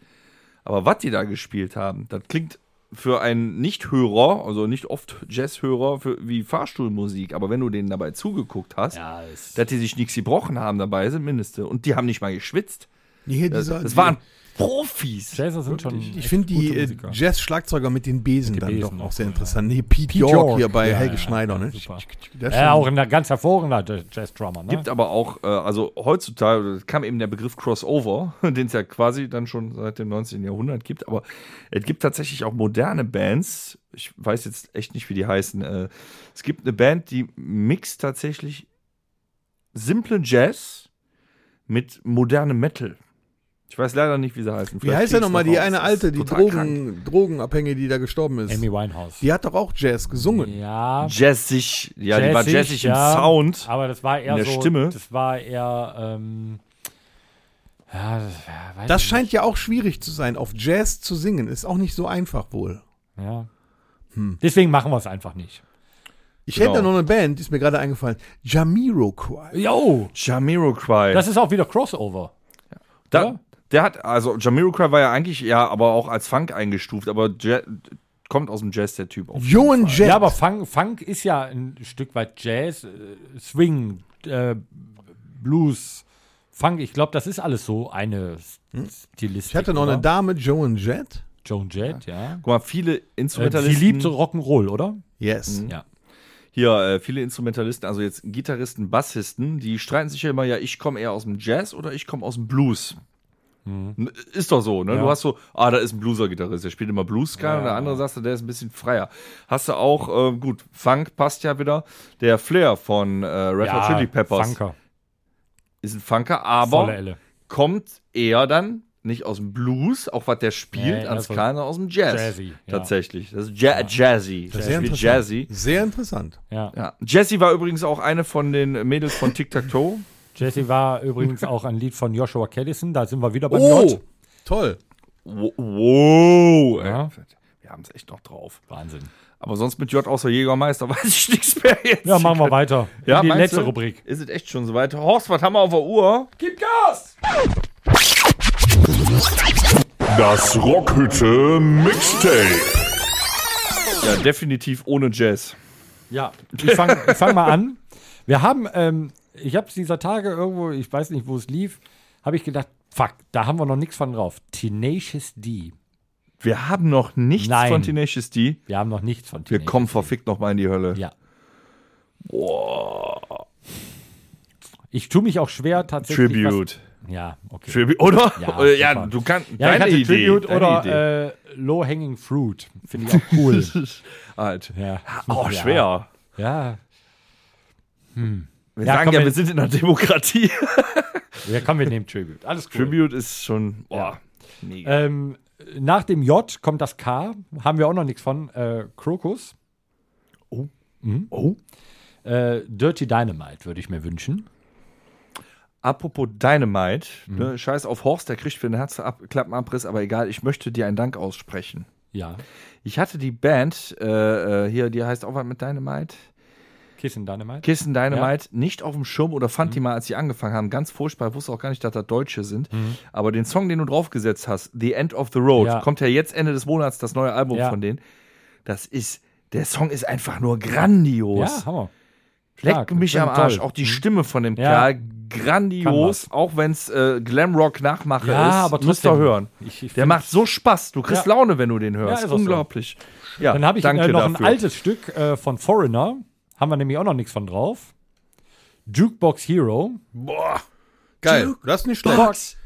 S3: Aber was die da gespielt haben, das klingt für einen Nichthörer, also nicht oft Jazzhörer, für, wie Fahrstuhlmusik. Aber wenn du denen dabei zugeguckt hast,
S2: Ja, ist-
S3: dass die sich nichts gebrochen haben dabei, sind Mindeste. Und die haben nicht mal geschwitzt.
S4: Nee, hier
S3: Das,
S4: dieser-
S3: das waren Profis.
S2: Jazzer sind schon.
S4: Ich finde
S2: echt
S4: die
S2: gute
S4: äh,
S2: Musiker.
S4: Jazz-Schlagzeuger mit den Besen dann
S2: Besen
S4: doch
S2: auch,
S4: auch sehr
S2: ja.
S4: interessant. Nee, Pete,
S2: Pete
S4: York,
S2: York,
S4: hier bei
S2: ja,
S4: Helge
S2: ja,
S4: Schneider, ne?
S2: super.
S4: Der ist
S2: Ja,
S4: schon-
S2: auch ein ganz hervorragender Jazz- Jazz-Drummer. Ne?
S3: Gibt aber auch, äh, also heutzutage kam eben der Begriff Crossover, den es ja quasi dann schon seit dem 19. Jahrhundert gibt, aber es gibt tatsächlich auch moderne Bands, ich weiß jetzt echt nicht, wie die heißen. Äh, es gibt eine Band, die mixt tatsächlich simplen Jazz mit modernem Metal. Ich weiß leider nicht, wie sie heißen.
S4: Wie heißt der nochmal? Die eine alte, die
S3: Drogen.
S4: Drogen, Drogenabhängige, die da gestorben ist.
S2: Amy Winehouse.
S4: Die hat doch auch Jazz gesungen.
S2: ja,
S3: Jazzig, ja, die war
S2: jazzig,
S3: jazzig
S2: ja,
S3: im Sound.
S2: Aber das war eher
S3: in der
S2: so.
S3: Stimme.
S2: Das war eher. Ähm, ja, das, ja, weiß
S4: Das
S2: ich
S4: scheint ja auch schwierig zu sein. Auf Jazz zu singen ist auch nicht so einfach wohl.
S2: nicht. Ja.
S4: Hm.
S2: Deswegen machen wir es einfach nicht.
S4: Ich
S3: Genau.
S4: hätte da noch eine Band, die ist mir gerade eingefallen. Jamiroquai.
S2: Yo!
S3: Jamiroquai.
S2: Das ist auch wieder Crossover.
S3: Da,
S2: Oder?
S3: Der hat, also Jamiroquai war ja eigentlich, ja, aber auch als Funk eingestuft, aber Ja- kommt aus dem Jazz der Typ. Auf.
S4: Joan Jett.
S2: Ja, aber Funk, Funk ist ja ein Stück weit Jazz, äh, Swing, äh, Blues, Funk. Ich glaube, das ist alles so eine S- Stilistik.
S4: ich hatte noch
S2: oder?
S4: eine Dame, Joan Jett.
S2: Joan Jett, ja.
S3: Guck mal, viele
S2: Äh, Sie
S3: Instrumentalisten.
S2: liebt so Rock'n'Roll, oder?
S4: Yes.
S3: Mhm.
S2: Ja.
S3: hier, äh, viele Instrumentalisten, also jetzt Gitarristen, Bassisten, die streiten sich ja immer, ja, ich komme eher aus dem Jazz oder ich komme aus dem Blues. N- Ist doch so, ne?
S2: Mhm. Ja.
S3: Du hast so, ah, da ist ein Blueser-Gitarrist, der spielt immer Blues Guy und der andere sagst du, der ist ein bisschen freier. Hast du auch, äh, gut, Funk passt ja wieder. Der Flair von äh, Red
S2: ja,
S3: Hot Chili Peppers
S2: Funker,
S3: ist ein Funker,
S2: volle
S3: aber
S2: Elle.
S3: kommt eher dann nicht aus dem Blues, auch was der spielt,
S2: Nee,
S3: als
S2: also
S3: kleiner aus dem Jazz.
S2: Jazzy, ja.
S3: Tatsächlich. Das ist ja Jazzy. Das
S4: Sehr
S3: spielt
S4: interessant.
S3: Jazzy.
S4: Sehr interessant.
S2: Ja.
S3: Ja. Jazzy war übrigens auch eine von den Mädels von Tic Tac Toe.
S2: Jesse war übrigens auch ein Lied von Joshua Callison, da sind wir wieder beim
S4: Oh,
S2: J.
S4: toll.
S3: Wo- Wow. ey.
S2: Ja.
S3: Wir haben es echt noch drauf.
S2: Wahnsinn.
S3: Aber sonst mit J außer Jägermeister weiß ich nichts mehr jetzt.
S2: Ja, machen wir weiter. In
S3: Ja,
S2: die
S3: meinst
S2: letzte
S3: du?
S2: Rubrik.
S3: Ist es echt schon soweit? Horst, was haben wir auf der Uhr? Gib Gas!
S1: Das Rockhütte Mixtape.
S3: Ja, definitiv ohne Jazz.
S2: Ja, ich fange ich fang mal an. Wir haben, ähm, ich habe es dieser Tage irgendwo, ich weiß nicht, wo es lief, habe ich gedacht, fuck, da haben wir noch nichts von drauf. Tenacious D.
S3: Wir haben noch nichts
S2: Nein.
S3: von Tenacious D.
S2: Wir haben noch nichts von
S3: Wir
S2: Tenacious
S3: kommen verfickt nochmal in die Hölle.
S2: Ja. Ich tue mich auch schwer tatsächlich.
S3: Tribute.
S2: Was, ja, okay.
S3: Tribu oder?
S2: Ja,
S3: Oder- Ja,
S2: super.
S3: du kannst.
S2: ja, ich
S3: deine
S2: hatte
S3: Idee,
S2: Tribute
S3: deine Idee.
S2: oder äh, Low Hanging Fruit. Finde ich auch cool.
S3: Alt.
S2: äh, ja.
S3: Oh,
S2: Ja.
S3: schwer.
S2: Ja.
S3: Wir
S2: Ja,
S3: sagen
S2: komm,
S3: ja,
S2: wir-
S3: wir sind in einer Demokratie.
S2: ja, komm, wir nehmen Tribute. Alles cool.
S3: Tribute ist schon. Boah. Mega.
S2: Ähm, nach dem J kommt das K, haben wir auch noch nichts von. Äh, Krokus. Oh. Mhm. Oh. Äh, Dirty Dynamite würde ich mir wünschen.
S3: Apropos Dynamite,
S2: Mhm.
S3: ne, scheiß auf Horst, der kriegt für den Herzklappenabriss, aber egal, ich möchte dir einen Dank aussprechen.
S2: Ja.
S3: Ich hatte die Band, äh, äh, hier, die heißt auch was mit Dynamite.
S2: Kissen Dynamite.
S3: Kissen Dynamite nicht auf dem Schirm oder fand die
S2: Mhm.
S3: mal, als sie angefangen haben. Ganz furchtbar, ich wusste auch gar nicht, dass das Deutsche sind. Aber den Song, den du draufgesetzt hast, The End of the Road,
S2: Mhm. Ja.
S3: kommt ja jetzt Ende des Monats das neue Album
S2: Ja.
S3: von denen. Das ist, der Song ist einfach nur grandios.
S2: ja, Hammer.
S3: Leck
S2: stark,
S3: mich
S2: klingt
S3: am Arsch.
S2: toll. Mhm.
S3: Auch die Stimme von dem
S2: Ja.
S3: Kerl, grandios, auch wenn es äh, Glamrock-Nachmache ist.
S2: Ja, aber
S3: Müsst ihr
S2: trotzdem.
S3: hören.
S2: Ich- ich
S3: der
S2: find-
S3: macht so Spaß. Du kriegst
S2: Ja.
S3: Laune, wenn du den hörst.
S2: ist auch so.
S3: Unglaublich. Ja,
S2: Dann habe ich äh,
S3: danke
S2: noch ein
S3: dafür.
S2: altes Stück äh, von Foreigner. Haben wir nämlich auch noch nichts von drauf. Jukebox Hero.
S4: Boah. Geil. das ist nicht schlecht.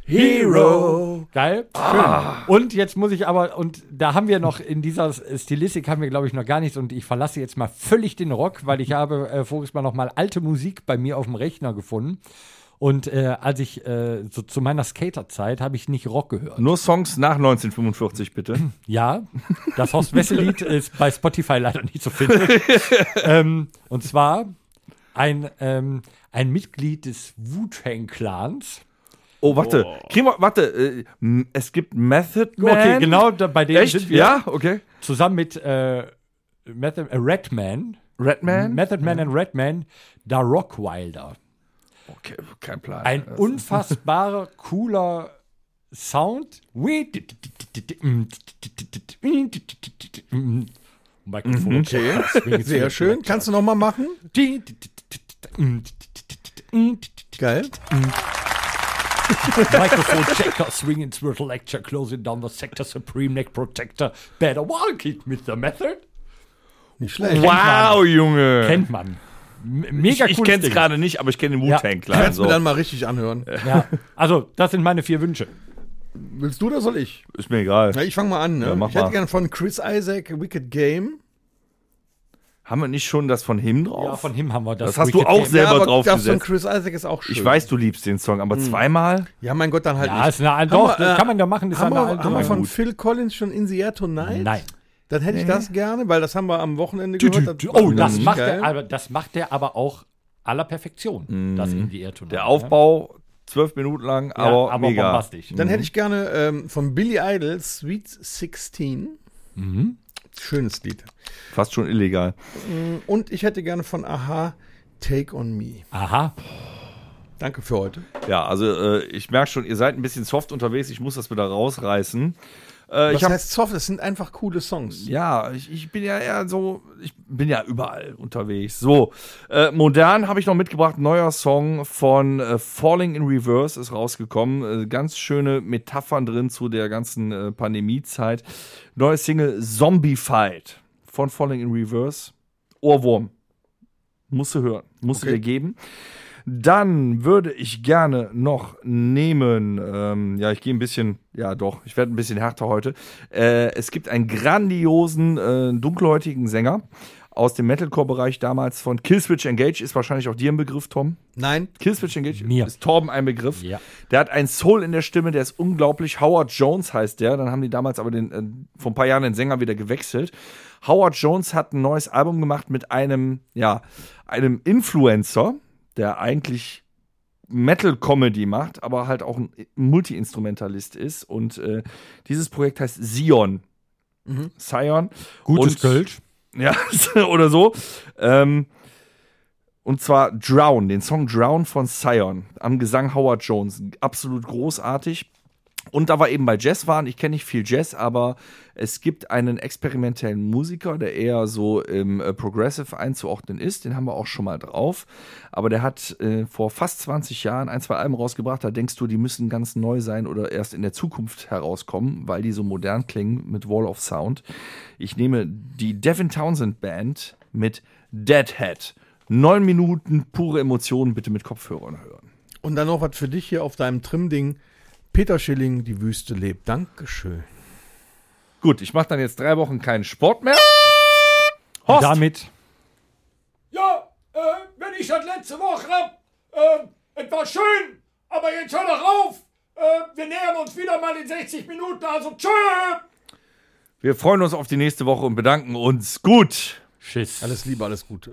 S2: Geil. Schön. Und jetzt muss ich aber, und da haben wir noch in dieser Stilistik haben wir, glaube ich, noch gar nichts. Und ich verlasse jetzt mal völlig den Rock, weil ich habe äh, voriges Mal noch mal alte Musik bei mir auf dem Rechner gefunden. Und äh, als ich äh, so zu meiner Skaterzeit habe ich nicht Rock gehört.
S3: Nur Songs nach 1945, bitte.
S2: Ja, das Horst Wessel-Lied ist bei Spotify leider nicht zu finden. ähm, und zwar ein, ähm, ein Mitglied des Wu-Tang-Clans.
S3: Oh, warte. Kriegen wir, warte. Äh, m- es gibt Method Man.
S2: Okay, genau da, bei dem
S3: Echt?
S2: sind wir.
S3: Ja, okay.
S2: Zusammen mit äh, Method, äh, Redman,
S3: Redman?
S2: Method Man and Redman, da Rockwilder.
S3: okay, kein Plan.
S2: Ein
S3: Äh,
S2: unfassbarer, cooler Sound.
S3: Mhm,
S2: Mikrofon.
S4: Okay. Sehr schön. Kannst du nochmal machen? Geil.
S2: Microphone checker, swinging swirl lecture, closing down the sector, supreme neck protector, better walk it with the method.
S4: Nicht schlecht.
S3: wow, Junge.
S2: Kennt man. M- Mega
S3: ich ich
S2: cooles
S3: kenn's
S2: Ding.
S3: gerade nicht, aber ich kenne den Wu-Tang, klar.
S4: Kannst du
S3: So.
S4: mir dann mal richtig anhören.
S2: Ja. Also, das sind meine vier Wünsche.
S4: Willst du oder soll ich?
S3: Ist mir egal.
S4: Ja, ich fange mal an. Ne?
S3: Ja, mach
S4: ich hätte
S3: mal.
S4: gerne von Chris Isaac Wicked Game.
S3: Haben wir nicht schon das von him drauf?
S2: Ja, von ihm haben wir das.
S3: Das hast du
S2: Wicked
S3: auch
S2: Game.
S3: selber
S4: das von
S3: draufgesetzt.
S4: Chris Isaac ist auch schön.
S3: Ich weiß, du liebst den Song, aber zweimal?
S4: Ja, mein Gott, dann halt
S2: Ja,
S4: nicht.
S2: ist eine,
S4: Haben
S2: doch,
S4: wir, äh,
S2: das kann man ja machen. Ist
S4: haben,
S2: eine
S4: wir,
S2: alte
S4: haben wir von
S2: Gut.
S4: Phil Collins schon In the Air Tonight?
S2: Nein.
S4: Dann hätte ich das gerne, weil das haben wir am Wochenende
S2: Tü, tü,
S4: gehört.
S2: tü.
S4: war
S2: Oh, das
S4: richtig
S2: macht,
S4: geil.
S2: er, aber, das macht er aber auch aller Perfektion. Das in die Erdtunnel.
S3: Der Aufbau, zwölf Minuten lang,
S2: ja,
S3: aber,
S2: aber
S3: mega.
S2: bombastisch.
S4: Dann hätte ich gerne ähm, von Billy Idol Sweet 16.
S2: Mhm.
S4: Schönes Lied.
S3: Fast schon illegal.
S4: Und ich hätte gerne von Aha Take on Me.
S2: Aha.
S4: Danke für heute.
S3: Ja, also äh, ich merke schon, ihr seid ein bisschen soft unterwegs. Ich muss das wieder rausreißen. Äh,
S4: Was
S3: ich hab,
S4: heißt soft? Das sind einfach coole Songs.
S3: ja, ich, ich bin ja eher so, ich bin ja überall unterwegs. So, äh, modern habe ich noch mitgebracht. Neuer Song von äh, Falling in Reverse ist rausgekommen. Äh, ganz schöne Metaphern drin zu der ganzen äh, Pandemiezeit. Neue Single Zombified von Falling in Reverse. Ohrwurm. Musst du hören. Musst du dir geben. Dann würde ich gerne noch nehmen, ähm, ja, ich gehe ein bisschen, ja doch, ich werde ein bisschen härter heute. Äh, es gibt einen grandiosen, äh, dunkelhäutigen Sänger aus dem Metalcore-Bereich damals von Killswitch Engage, ist wahrscheinlich auch dir ein Begriff, Tom.
S4: Nein,
S3: Killswitch Engage
S2: Mir.
S3: ist Torben ein Begriff.
S2: Ja.
S3: Der hat einen Soul in der Stimme, der ist unglaublich. Howard Jones heißt der. Dann haben die damals aber den, äh, vor ein paar Jahren den Sänger wieder gewechselt. Howard Jones hat ein neues Album gemacht mit einem, ja, einem Influencer, der eigentlich Metal-Comedy macht, aber halt auch ein Multi-Instrumentalist ist. Und äh, dieses Projekt heißt Sion. Sion.
S2: Mhm. Gutes
S3: Und-
S2: Kölsch.
S3: ja, oder so. Ähm, und zwar Drown, den Song Drown von Scion, am Gesang Howard Jones. Absolut großartig. Und da wir eben bei Jazz waren, ich kenne nicht viel Jazz, aber es gibt einen experimentellen Musiker, der eher so im äh, Progressive einzuordnen ist. Den haben wir auch schon mal drauf. Aber der hat äh, vor fast 20 Jahren ein, zwei Alben rausgebracht. Da denkst du, die müssen ganz neu sein oder erst in der Zukunft herauskommen, weil die so modern klingen mit Wall of Sound. Ich nehme die Devin Townsend Band mit Deadhead. Neun Minuten pure Emotionen, bitte mit Kopfhörern hören.
S4: Und dann noch was für dich hier auf deinem Trim-Ding. Peter Schilling, die Wüste lebt. Dankeschön.
S3: Gut, ich mache dann jetzt drei Wochen keinen Sport mehr.
S2: Und
S3: Horst.
S2: Damit. Ja, wenn ich das letzte Woche hab, es war schön, aber jetzt hör doch auf. Äh, wir nähern uns wieder mal in 60 Minuten, also tschö.
S3: Wir freuen uns auf die nächste Woche und bedanken uns. Gut.
S2: Tschüss.
S4: Alles Liebe, alles Gute.